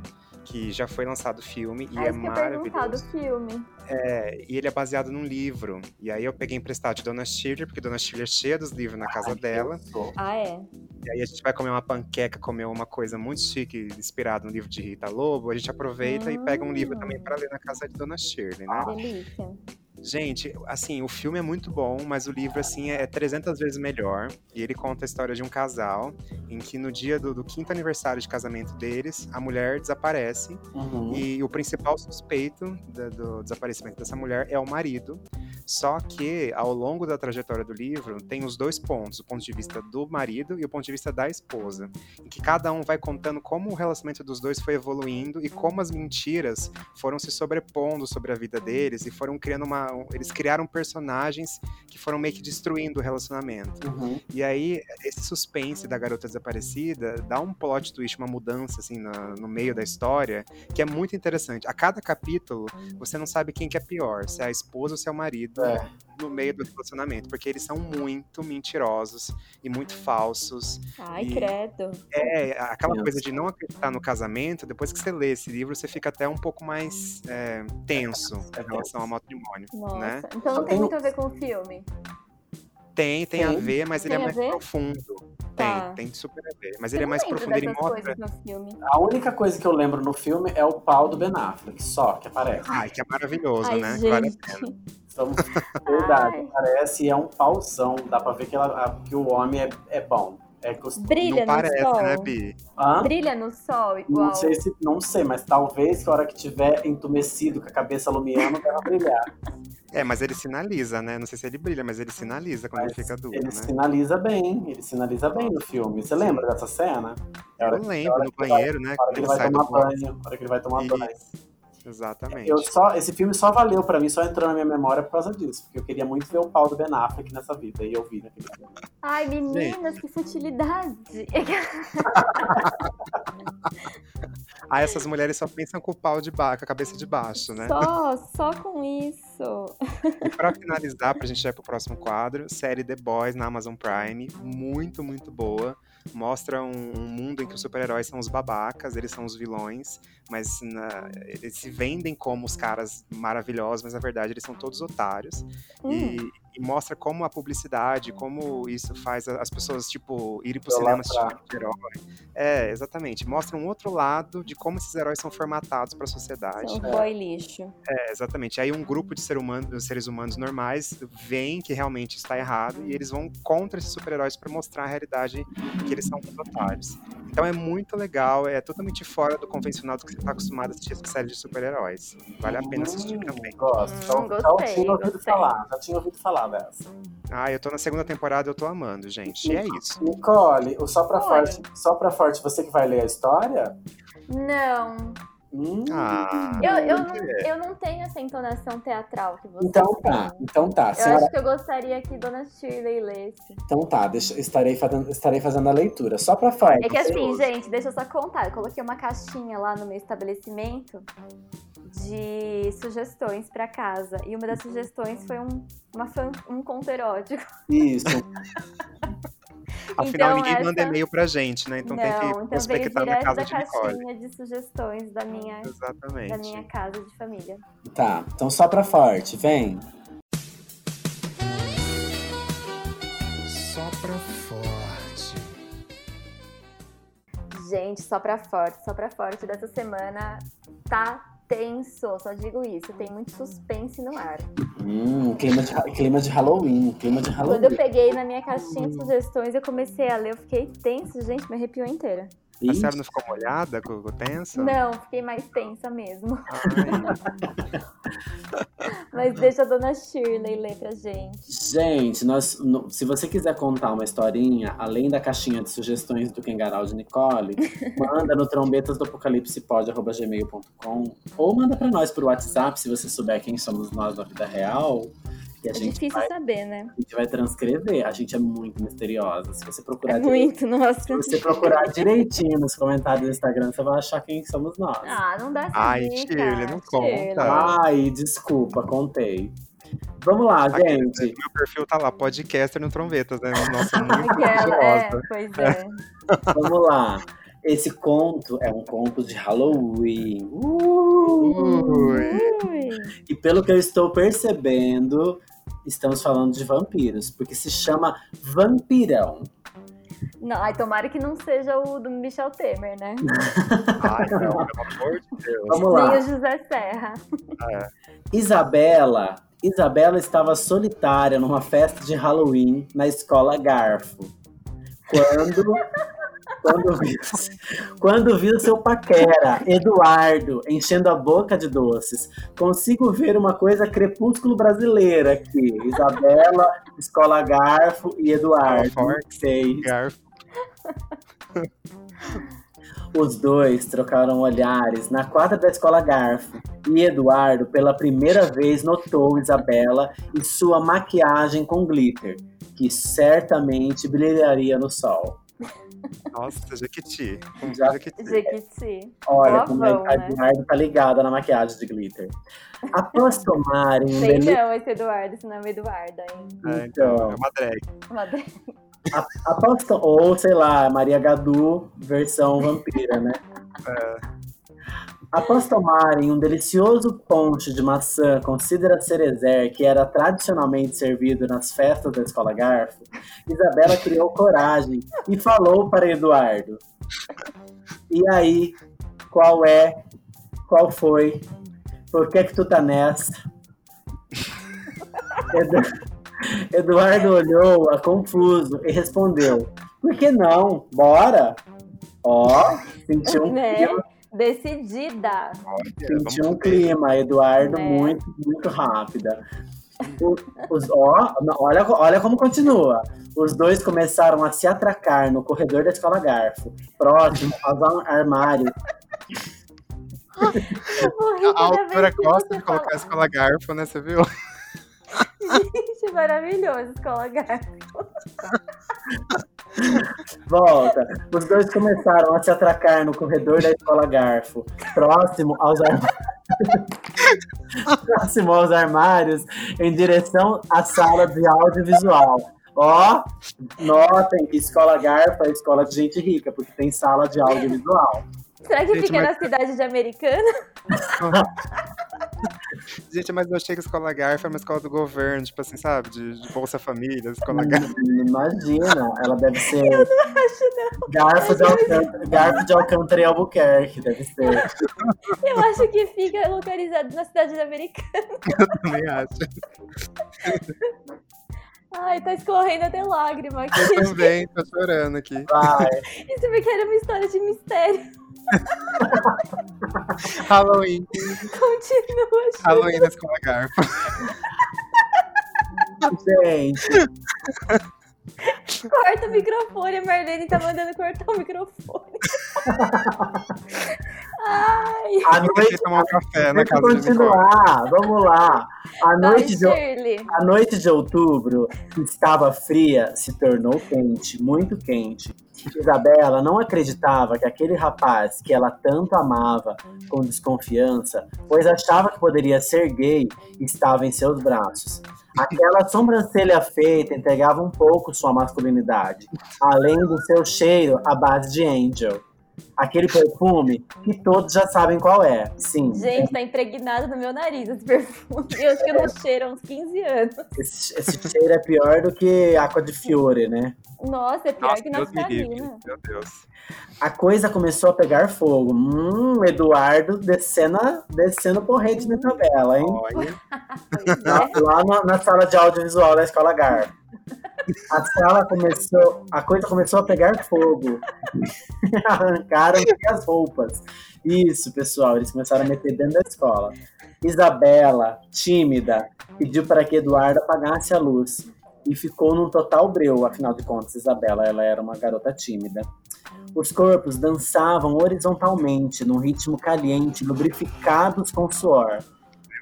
D: que já foi lançado filme e
C: é
D: é
C: isso que eu ia perguntar do
D: maravilhoso.
C: filme.
D: É, e ele é baseado num livro. E aí eu peguei emprestado de Dona Shirley, porque Dona Shirley é cheia dos livros na casa
B: Ai,
D: dela.
B: eu sou.
C: Ah, é.
D: E aí a gente vai comer uma panqueca, comer uma coisa muito chique, inspirada no livro de Rita Lobo. A gente aproveita e pega um
C: Ah.
D: livro também pra ler na casa de Dona Shirley, né?
C: Delícia.
D: Gente, assim, o filme é muito bom, mas o livro, assim, é 300 vezes melhor. E ele conta a história de um casal em que no dia do, do quinto aniversário de casamento deles, a mulher desaparece.
B: Uhum.
D: E o principal suspeito da- do desaparecimento dessa mulher é o marido. Só que, ao longo da trajetória do livro, tem os dois pontos: o ponto de vista do marido e o ponto de vista da esposa. Em que cada um vai contando como o relacionamento dos dois foi evoluindo e como as mentiras foram se sobrepondo sobre a vida deles e foram criando uma. Eles criaram personagens que foram meio que destruindo o relacionamento.
B: Uhum.
D: E aí, esse suspense da garota desaparecida dá um plot twist, uma mudança, assim, na- no meio da história, que é muito interessante. A cada capítulo, você não sabe quem que é pior, se é a esposa ou se é o marido,
B: É.
D: no meio do relacionamento, porque eles são muito mentirosos e muito falsos.
C: Ai,
D: E-
C: credo.
D: É, aquela
B: Meu
D: coisa
B: Deus.
D: de não acreditar no casamento, depois que você lê esse livro, você fica até um pouco mais é, tenso
B: É
D: em relação ao matrimônio,
C: Nossa.
D: né?
C: Então não
B: Só
C: tem
B: tem
C: muito
B: um-
C: a ver com o filme.
D: Tem, tem a
B: Tem?
D: ver, mas ele
C: Tem
D: é
C: a
D: mais
C: ver?
D: profundo.
C: Tá.
D: Tem, tem super a ver. Mas
C: Eu
D: ele é
C: não
D: mais
C: lembro
D: profundo, ele
C: dessas
D: mostra.
C: coisas no filme.
B: A única coisa que eu lembro no filme é o pau do Ben Affleck, só que aparece.
D: Ai, que é maravilhoso,
C: Ai,
D: né?
C: gente.
D: Vale a pena.
B: Então, verdade, aparece e é um pauzão. Dá pra ver que, ela- a- que o homem é, é bom. É gostoso.
C: Brilha
D: Não parece,
C: no sol.
D: né, Bi?
B: Hã?
C: Brilha no sol igual.
B: Não sei se, não sei, mas talvez que a hora que tiver entumecido com a cabeça lumiando, vai brilhar.
D: É, mas ele sinaliza, né? Não sei se ele brilha, mas ele sinaliza quando
B: Mas
D: ele fica duro,
B: ele
D: né?
B: sinaliza bem, ele sinaliza bem no filme. Você lembra dessa cena? É a hora
D: Eu
B: que-
D: lembro, no
B: que ele vai-
D: banheiro, né?
B: a hora
D: Quando
B: que ele
D: ele
B: vai
D: sai do
B: tomar
D: banho.
B: banho, a hora que ele vai tomar banho.
D: Isso, Exatamente.
B: Eu só, esse filme só valeu pra mim, só entrou na minha memória por causa disso, porque eu queria muito ver o pau do Ben Affleck nessa vida e eu vi naquele filme.
C: Ai, meninas, que futilidade. É
D: Ah, essas mulheres só pensam com o pau de baixo, com a cabeça de baixo, né?
C: Só, só com isso.
D: E pra finalizar, pra gente ir pro próximo quadro, série The Boys na Amazon Prime, muito, muito boa. Mostra um, um mundo em que os super-heróis são os babacas, eles são os vilões, mas na- eles se vendem como os caras maravilhosos, mas na verdade eles são todos otários.
C: Hum,
D: E, e mostra como a publicidade, como isso faz a- as pessoas, tipo, irem pro
B: Idolatrar.
D: cinema assistir de herói. É, exatamente. Mostra um outro lado de como esses heróis são formatados pra sociedade.
C: são um boy lixo.
D: É, exatamente. Aí um grupo de ser humano- seres humanos normais veem que realmente está errado e eles vão contra esses super-heróis para mostrar a realidade que eles são uns otários. Então é muito legal, é totalmente fora do convencional do que você está acostumado a assistir essa série de super-heróis. Vale a pena assistir
B: Hum,
D: também.
B: Gosto.
C: Hum,
B: Então, já
C: gostei,
B: tinha ouvido
C: gostei.
B: falar, já tinha ouvido falar dessa.
D: Ah, eu tô na segunda temporada, eu tô amando, gente. E é isso.
B: Nicole, o só pra
C: Oi.
B: forte, só pra forte, você que vai ler a história?
C: Não.
B: Hum.
D: Ah,
C: Eu, eu, não, eu não tenho essa entonação teatral que você
B: Então tá, então tá,
C: Eu
B: senhora,
C: acho que eu gostaria que Dona Shirley lesse.
B: então tá, deixa- estarei, fazendo, estarei fazendo a leitura, só pra forte.
C: É que assim,
B: curioso.
C: gente, deixa eu só contar. Eu coloquei uma caixinha lá no meu estabelecimento de sugestões pra casa. E uma das sugestões foi um, uma fan- um conto erótico.
B: Isso,
D: Afinal,
C: então
D: ninguém
C: essa-
D: manda e-mail pra gente, né? Então tem
C: Não,
D: que
C: então veio
D: prospectar na
C: direto
D: casa
C: da
D: de Nicole.
C: caixinha de sugestões da minha, da
D: Exatamente.
C: minha casa de família.
B: tá, então só pra forte, vem.
D: Só pra forte.
C: Gente, só pra forte, só pra forte. Dessa semana tá tenso, só digo isso. Tem muito suspense no ar.
B: Hum, clima de, clima de Halloween, clima de Halloween.
C: Quando eu peguei na minha caixinha de sugestões, eu comecei a ler, eu fiquei tensa, gente, me arrepiou inteira.
D: A Sarah não ficou molhada, ficou tensa? Ah.
C: Não, fiquei mais tensa mesmo.
D: Ai, Ah,
C: Mas deixa a dona Shirley ler pra gente.
B: Gente, nós, no- se você quiser contar uma historinha, além da caixinha de sugestões do Kengaral de Nicole, manda no trombetasdopocalipsepod.gmail.com ou manda pra nós por WhatsApp, se você souber quem somos nós na vida real. E a
C: É
B: gente,
C: difícil
B: vai,
C: saber, né?
B: a gente vai transcrever. A gente é muito misteriosa. Se você procurar,
C: É
B: direi-
C: muito, nossa.
B: se você procurar direitinho nos comentários do Instagram, você vai achar quem somos nós.
C: Ah, não dá essa
D: Ai,
C: dica.
D: Shirley, não
C: Shirley.
D: conta.
B: Ai, desculpa, contei. Vamos lá,
D: Aqui,
B: gente.
D: Meu perfil tá lá, podcaster no trombetas, né? Nossa, muito
C: Aquela, é,
D: curiosa.
C: pois é.
B: Vamos lá. Esse conto é um conto de Halloween.
C: é.
D: Ui.
C: Ui.
B: E pelo que eu estou percebendo, estamos falando de vampiros, porque se chama Vampirão.
C: Não, ai, tomara que não seja o do Michel Temer, né?
D: Ai, não, pelo amor de Deus.
B: Vamos lá.
C: Nem o José Serra.
B: Isabela. Isabela estava solitária numa festa de Halloween na escola Garfo. Quando. quando, viu, quando viu seu paquera, Eduardo, enchendo a boca de doces. Consigo ver uma coisa crepúsculo brasileira aqui. Isabela, escola Garfo e Eduardo.
D: Escola
B: Sei.
D: Garfo.
B: Os dois trocaram olhares na quadra da escola Garfo e Eduardo, pela primeira vez, notou Isabela e sua maquiagem com glitter, que certamente brilharia no sol.
D: Nossa, Jequiti. Um
B: Já-
D: Jequiti.
C: Jequiti.
B: Olha
C: Ó,
B: como
C: vão,
B: a
C: né?
B: Eduardo tá ligada na maquiagem de glitter. Após tomarem um
C: Sei
B: deli-
C: não esse Eduardo, esse nome é Eduardo, hein?
D: É, então,
B: Então.
D: é uma drag.
C: Madre-
B: após to- ou sei lá, Maria Gadu versão vampira, né? Após tomarem um delicioso ponche de maçã com cidra cerezer, que era tradicionalmente servido nas festas da Escola Garfo, Isabela criou coragem e falou para Eduardo. E aí, qual é? Qual foi? Por que que tu tá nessa? Edu- Eduardo olhou-a confuso e respondeu, por que não? Bora! Ó, sentiu um
C: Né?
B: clima
C: Decidida.
D: Vamos
B: Sentiu um
D: ver.
B: clima, Eduardo,
C: É.
B: muito, muito rápida. O- os- ó, na- olha, olha como continua. Os dois começaram a se atracar no corredor da escola Garfo, próximo um aos ar- armários.
C: Eu vou rir
D: A
C: cada
D: autora
C: vez que
D: gosta
C: você
D: de colocar a
C: fala.
D: escola Garfo, né? Você viu?
C: Gente, maravilhoso, escola Garfo.
B: Volta. Os dois começaram a se atracar no corredor da escola Garfo, próximo aos armários. próximo aos armários, em direção à sala de audiovisual. Ó, notem que escola Garfo é escola de gente rica, porque tem sala de audiovisual.
C: Será que
D: Gente,
C: fica
D: mas-
C: na cidade de Americana?
D: Gente, mas eu achei que a escola Garfo é uma escola do governo, tipo assim, sabe? De, de Bolsa Família, escola
B: Hum.
D: Garfo.
B: Imagina, ela deve ser
C: Acho não.
B: Garfo de, Alcântara, Garfo de Alcântara e Albuquerque, deve ser.
C: Eu acho que fica localizado na cidade de Americana.
D: Também acho.
C: Ai, tá escorrendo até lágrima aqui.
D: Eu também tô chorando aqui.
B: Vai.
C: Isso porque era uma história de mistério.
D: Halloween.
C: Continua, Shirley.
D: Halloween na escola Garfo.
B: Gente,
C: Corta o microfone, a Marlene tá mandando cortar o microfone. Ai,
B: a
D: Eu queria
B: noite.
D: tomar um café na
B: Deixa eu
D: casa de Nicole.
B: continuar, vamos lá. A
C: vai,
B: noite de,
C: Shirley.
B: A noite de outubro, que estava fria, se tornou quente, muito quente. Isabela não acreditava que aquele rapaz que ela tanto amava com desconfiança, pois achava que poderia ser gay, estava em seus braços. Aquela sobrancelha feita entregava um pouco sua masculinidade, além do seu cheiro à base de Angel. Aquele perfume que todos já sabem qual é. Sim.
C: Gente, tá impregnado no meu nariz esse perfume. Eu acho que eu não cheiro há uns 15 anos.
B: Esse, esse cheiro é pior do que Aqua de Fiore, né?
C: Nossa, é pior
D: Nossa,
C: que
D: Deus me livre.
C: naftalina.
D: Meu Deus.
B: A coisa começou a pegar fogo. Hum, Eduardo descendo, a- descendo porrete na tabela, hein?
D: Olha.
C: Pois
B: Lá,
C: é.
B: lá na, na sala de audiovisual da escola Gar. A sala começou, a coisa começou a pegar fogo. Arrancaram as roupas. Isso, pessoal, eles começaram a meter dentro da escola. Isabela, tímida, pediu para que Eduardo apagasse a luz e ficou num total breu, afinal de contas, Isabela, ela era uma garota tímida. Os corpos dançavam horizontalmente num ritmo caliente, lubrificados com suor.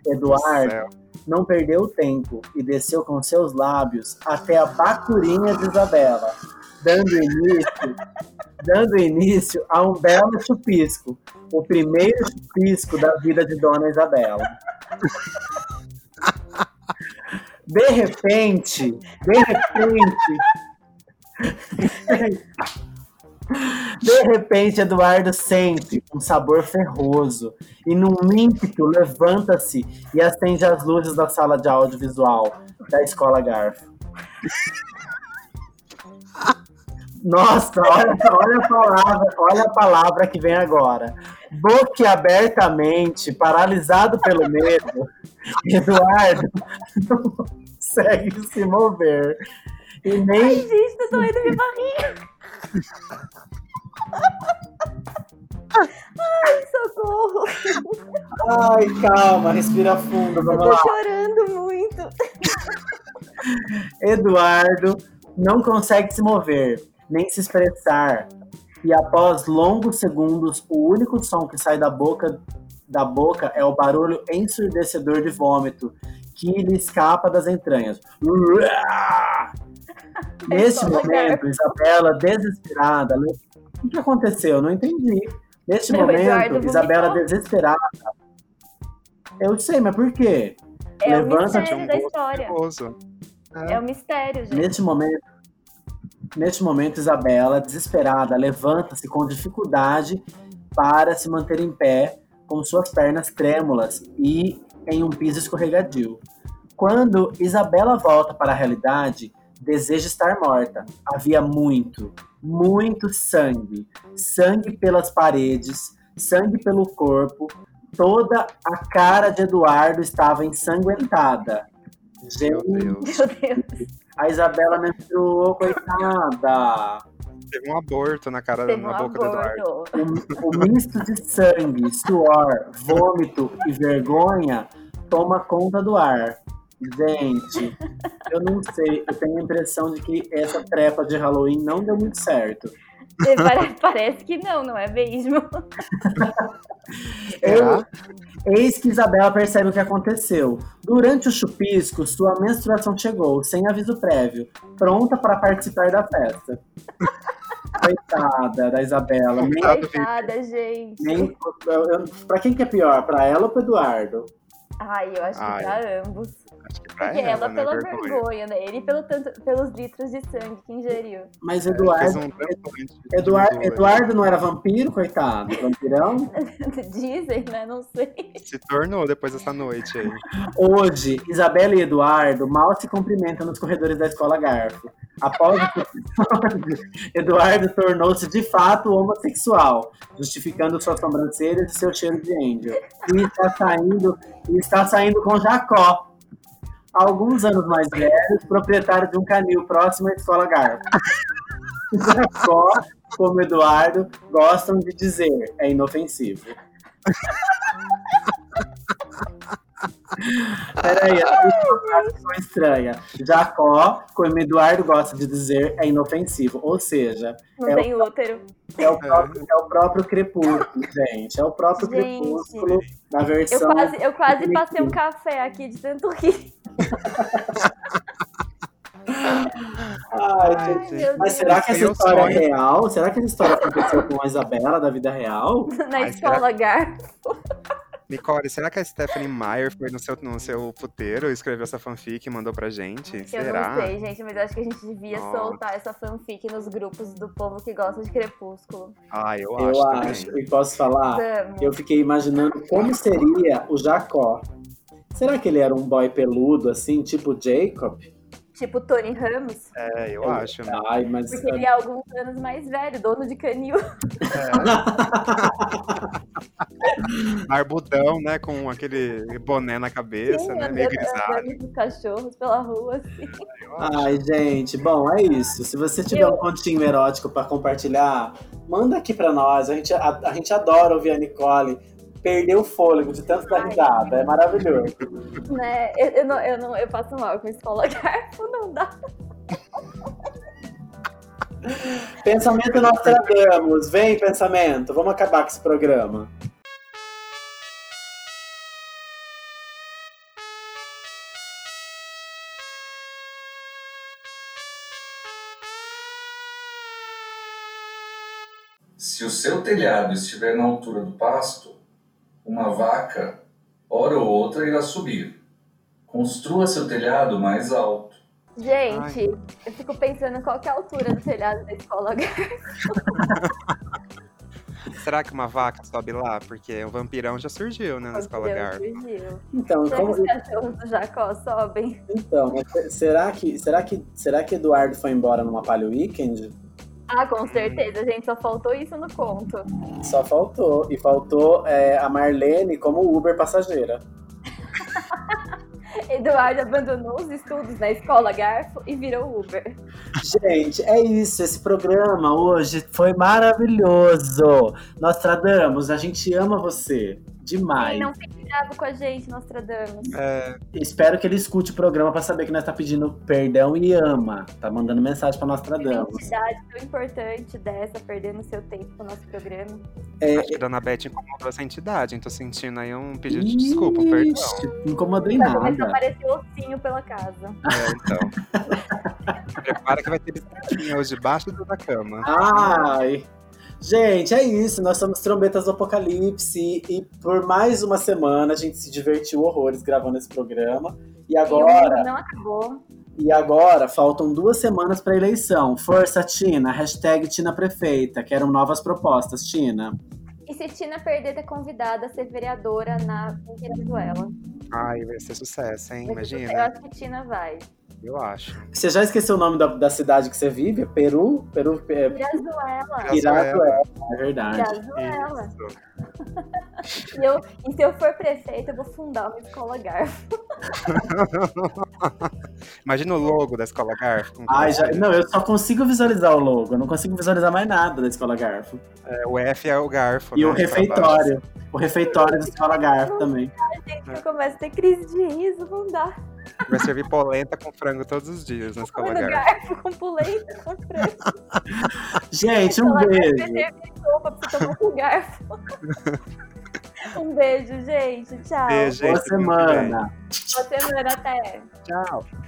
B: Eduardo
D: Céu.
B: não perdeu tempo e desceu com seus lábios até a bacurinha de Isabela, dando início, dando início a um belo chupisco, o primeiro chupisco da vida de Dona Isabela. De repente, de repente, de repente, Eduardo sente um sabor ferroso e num ímpeto levanta-se e acende as luzes da sala de audiovisual da escola Garfo. Nossa, olha, olha a palavra, olha a palavra que vem agora. Boque abertamente, paralisado pelo medo, Eduardo não consegue se mover. E
C: Ai,
B: nem
C: gente, tá doendo minha barriga. Ai, socorro.
B: Ai, calma, respira fundo,
C: Eu
B: vamos
C: tô
B: lá.
C: chorando muito.
B: Eduardo não consegue se mover, nem se expressar. E após longos segundos, o único som que sai da boca da boca é o barulho ensurdecedor de vômito que lhe escapa das entranhas. Uá! Neste
C: só
B: momento, Isabela, desesperada, le- o que aconteceu? Não entendi. Neste
C: Meu, Eduardo
B: momento,
C: vomitou.
B: Isabela desesperada. Eu sei, mas por quê?
C: É o
B: Levanta,
C: mistério
D: Tinha um
C: da
D: gosto
C: história.
D: nervoso.
C: É o mistério, gente.
B: Neste momento, neste momento, Isabela, desesperada, levanta-se com dificuldade para se manter em pé, com suas pernas trêmulas e em um piso escorregadio. Quando Isabela volta para a realidade, deseja estar morta. Havia muito, muito sangue. Sangue pelas paredes, sangue pelo corpo. Toda a cara de Eduardo estava ensanguentada.
D: Meu
B: Gente,
D: Deus.
C: Meu Deus.
B: a Isabela menstruou, coitada.
D: Teve um aborto na cara,
C: Teve um
D: na boca do Eduardo.
C: aborto.
B: O, o misto de sangue, suor, vômito e vergonha toma conta do ar. Gente, eu não sei. Eu tenho a impressão de que essa trepa de Halloween não deu muito certo.
C: E pare- Parece que não, não é mesmo?
B: Eu- Eis que Isabela percebe o que aconteceu. Durante o chupisco, sua menstruação chegou, sem aviso prévio, pronta para participar da festa. Coitada da Isabela. Nem
D: Coitado, Vitor.
C: Coitada, gente.
B: Nem, eu- eu- pra quem que é pior? Pra ela ou pro Eduardo?
C: Ai, eu acho
D: Ai.
C: que pra ambos.
D: Acho que pra
C: Porque ela
D: né,
C: pela vergonha. né? Ele pelo tanto, pelos litros de sangue que ingeriu.
B: Mas
D: Fez
B: Eduardo.
D: um transplante de
B: Eduardo,
D: medula.
B: Eduardo não era vampiro, coitado? Vampirão?
C: Dizem, né? Não sei.
D: Se tornou depois dessa noite aí.
B: Hoje, Isabela e Eduardo mal se cumprimentam nos corredores da escola Garfo. Após o episódio, Eduardo tornou-se de fato homossexual, justificando suas sobrancelhas e seu cheiro de angel. E está saindo, e está saindo com Jacó. Alguns anos mais velhos, proprietário de um canil próximo à escola Garfo. Jacó, como Eduardo, gostam de dizer, é inofensivo. Peraí, a situação estranha. Jacó, como Eduardo gosta de dizer, é inofensivo. Ou seja,
C: Não
B: É o-
C: tem útero.
B: é o próprio, é o próprio crepúsculo, gente. É o próprio
C: Gente.
B: crepúsculo na
C: Eu
B: versão.
C: quase, eu quase passei um
B: Sim.
C: café aqui de tanto rir.
B: Ai, gente.
C: Ai, meu
B: Mas
C: Deus.
B: será que essa
D: Eu
B: história é
D: um sonho.
B: real? Será que essa história aconteceu com a Isabela da vida real?
C: Na
D: Ai, será
C: escola Gar.
D: Nicole, será que a Stephanie Meyer foi no seu, no seu puteiro e escreveu essa fanfic e mandou pra gente?
C: Eu
D: será?
C: não sei, gente, mas eu acho que a gente devia
D: Nossa.
C: soltar essa fanfic nos grupos do povo que gosta de Crepúsculo.
D: Ah, eu,
B: Eu
D: acho, também.
B: acho, e posso falar?
C: Amo.
B: Eu fiquei imaginando como seria o Jacó. Será que ele era um boy peludo, assim, tipo Jacob?
C: Tipo Tony Ramos,
D: É, eu acho. né?
B: Ai, mas.
C: porque ele é alguns anos mais velho, dono de canil.
D: É, Barbudão, né? Com aquele boné na cabeça, né? Meio grisalho.
C: andando com os é cachorros pela rua, assim.
D: eu acho.
B: Ai, gente, bom, é isso. Se você tiver um pontinho erótico pra compartilhar, manda aqui pra nós. A gente, a, a gente adora ouvir a Nicole. Perdeu o fôlego de tanto da
C: Ai.
B: risada. É maravilhoso.
C: né? Eu, eu não, eu, não, eu passo mal com escola garfo, não dá.
B: Pensamento Nostradamus. Vem, pensamento. Vamos acabar com esse programa.
E: Se o seu telhado estiver na altura do pasto, uma vaca, hora ou outra, irá subir. Construa seu telhado mais alto.
C: Gente, eu fico pensando qual que é a altura do telhado da escola garfo.
D: Será que uma vaca sobe lá? Porque o vampirão já surgiu, né? Na escola
C: Deus,
D: Garfield.
C: surgiu.
B: Então,
C: Será que
B: como,
C: os cachorros do Jacó sobem?
B: então mas será, que, será, que, será que Eduardo foi embora numa palha weekend?
C: Ah, com certeza, gente, só faltou isso no conto.
B: Só faltou. E faltou é, a Marlene como Uber passageira.
C: Eduardo abandonou os estudos na escola garfo e virou Uber.
B: Gente, é isso. Esse programa hoje foi maravilhoso. Nostradamus, a gente ama você demais.
C: Quem não fique bravo com a gente, Nostradamus.
D: É,
B: Espero que ele escute o programa pra saber que nós tá pedindo perdão e ama. Tá mandando mensagem pra
C: Uma
B: Nostradamus.
C: entidade tão importante dessa, perdendo seu tempo com o nosso programa.
B: É,
D: acho que a Dona Beth incomodou essa entidade, hein? Tô sentindo aí um pedido de desculpa, um
B: Ixi,
D: perdão.
B: Não incomodei
C: Tá começando a
B: nada.
C: aparecer ossinho pela casa.
D: É, então. Prepara que vai ter bisnaguinha hoje debaixo da cama.
B: Ai. Gente, é isso. Nós somos Trombetas do Apocalipse. E por mais uma semana a gente se divertiu horrores gravando esse programa. E
C: E o
B: agora.
C: mundo não acabou.
B: E agora faltam duas semanas para eleição. Força, Tina. Hashtag Tina Prefeita. Quero novas propostas, Tina.
C: E se Tina perder, tá convidada a ser vereadora na Venezuela.
D: Ai, vai ser sucesso, hein?
C: Eu
D: Imagina.
C: acho que Tina vai.
D: Eu acho.
B: Você já esqueceu o nome da, da cidade que você vive? É Peru? Peru é
C: Venezuela.
B: Pirazuela, é verdade.
C: Venezuela.
D: Isso.
C: E, eu, e se eu for prefeita, eu vou fundar uma escola garfo.
D: Imagina o logo da escola Garfo. com
B: Ai, já,
D: aquele-
B: não, eu só consigo visualizar o logo. Eu não consigo visualizar mais nada da Escola Garfo.
D: É, o F é o Garfo.
B: E
D: né,
B: o
D: pra
B: refeitório. O refeitório da Escola Garfo também.
C: Eu começo a ter crise de riso, não dá.
D: baixo. Vai servir polenta com frango todos os dias na escola
B: é
C: Comendo
D: Garfo.
C: garfo com polenta, com frango.
B: Gente, um
C: Ela vai
B: beijo.
C: beber minha sopa pra você tomar com garfo. um beijo, gente. Tchau.
D: Beijo,
B: Boa
D: gente, fiquem muito bem.
B: semana.
C: Boa semana até.
D: Tchau.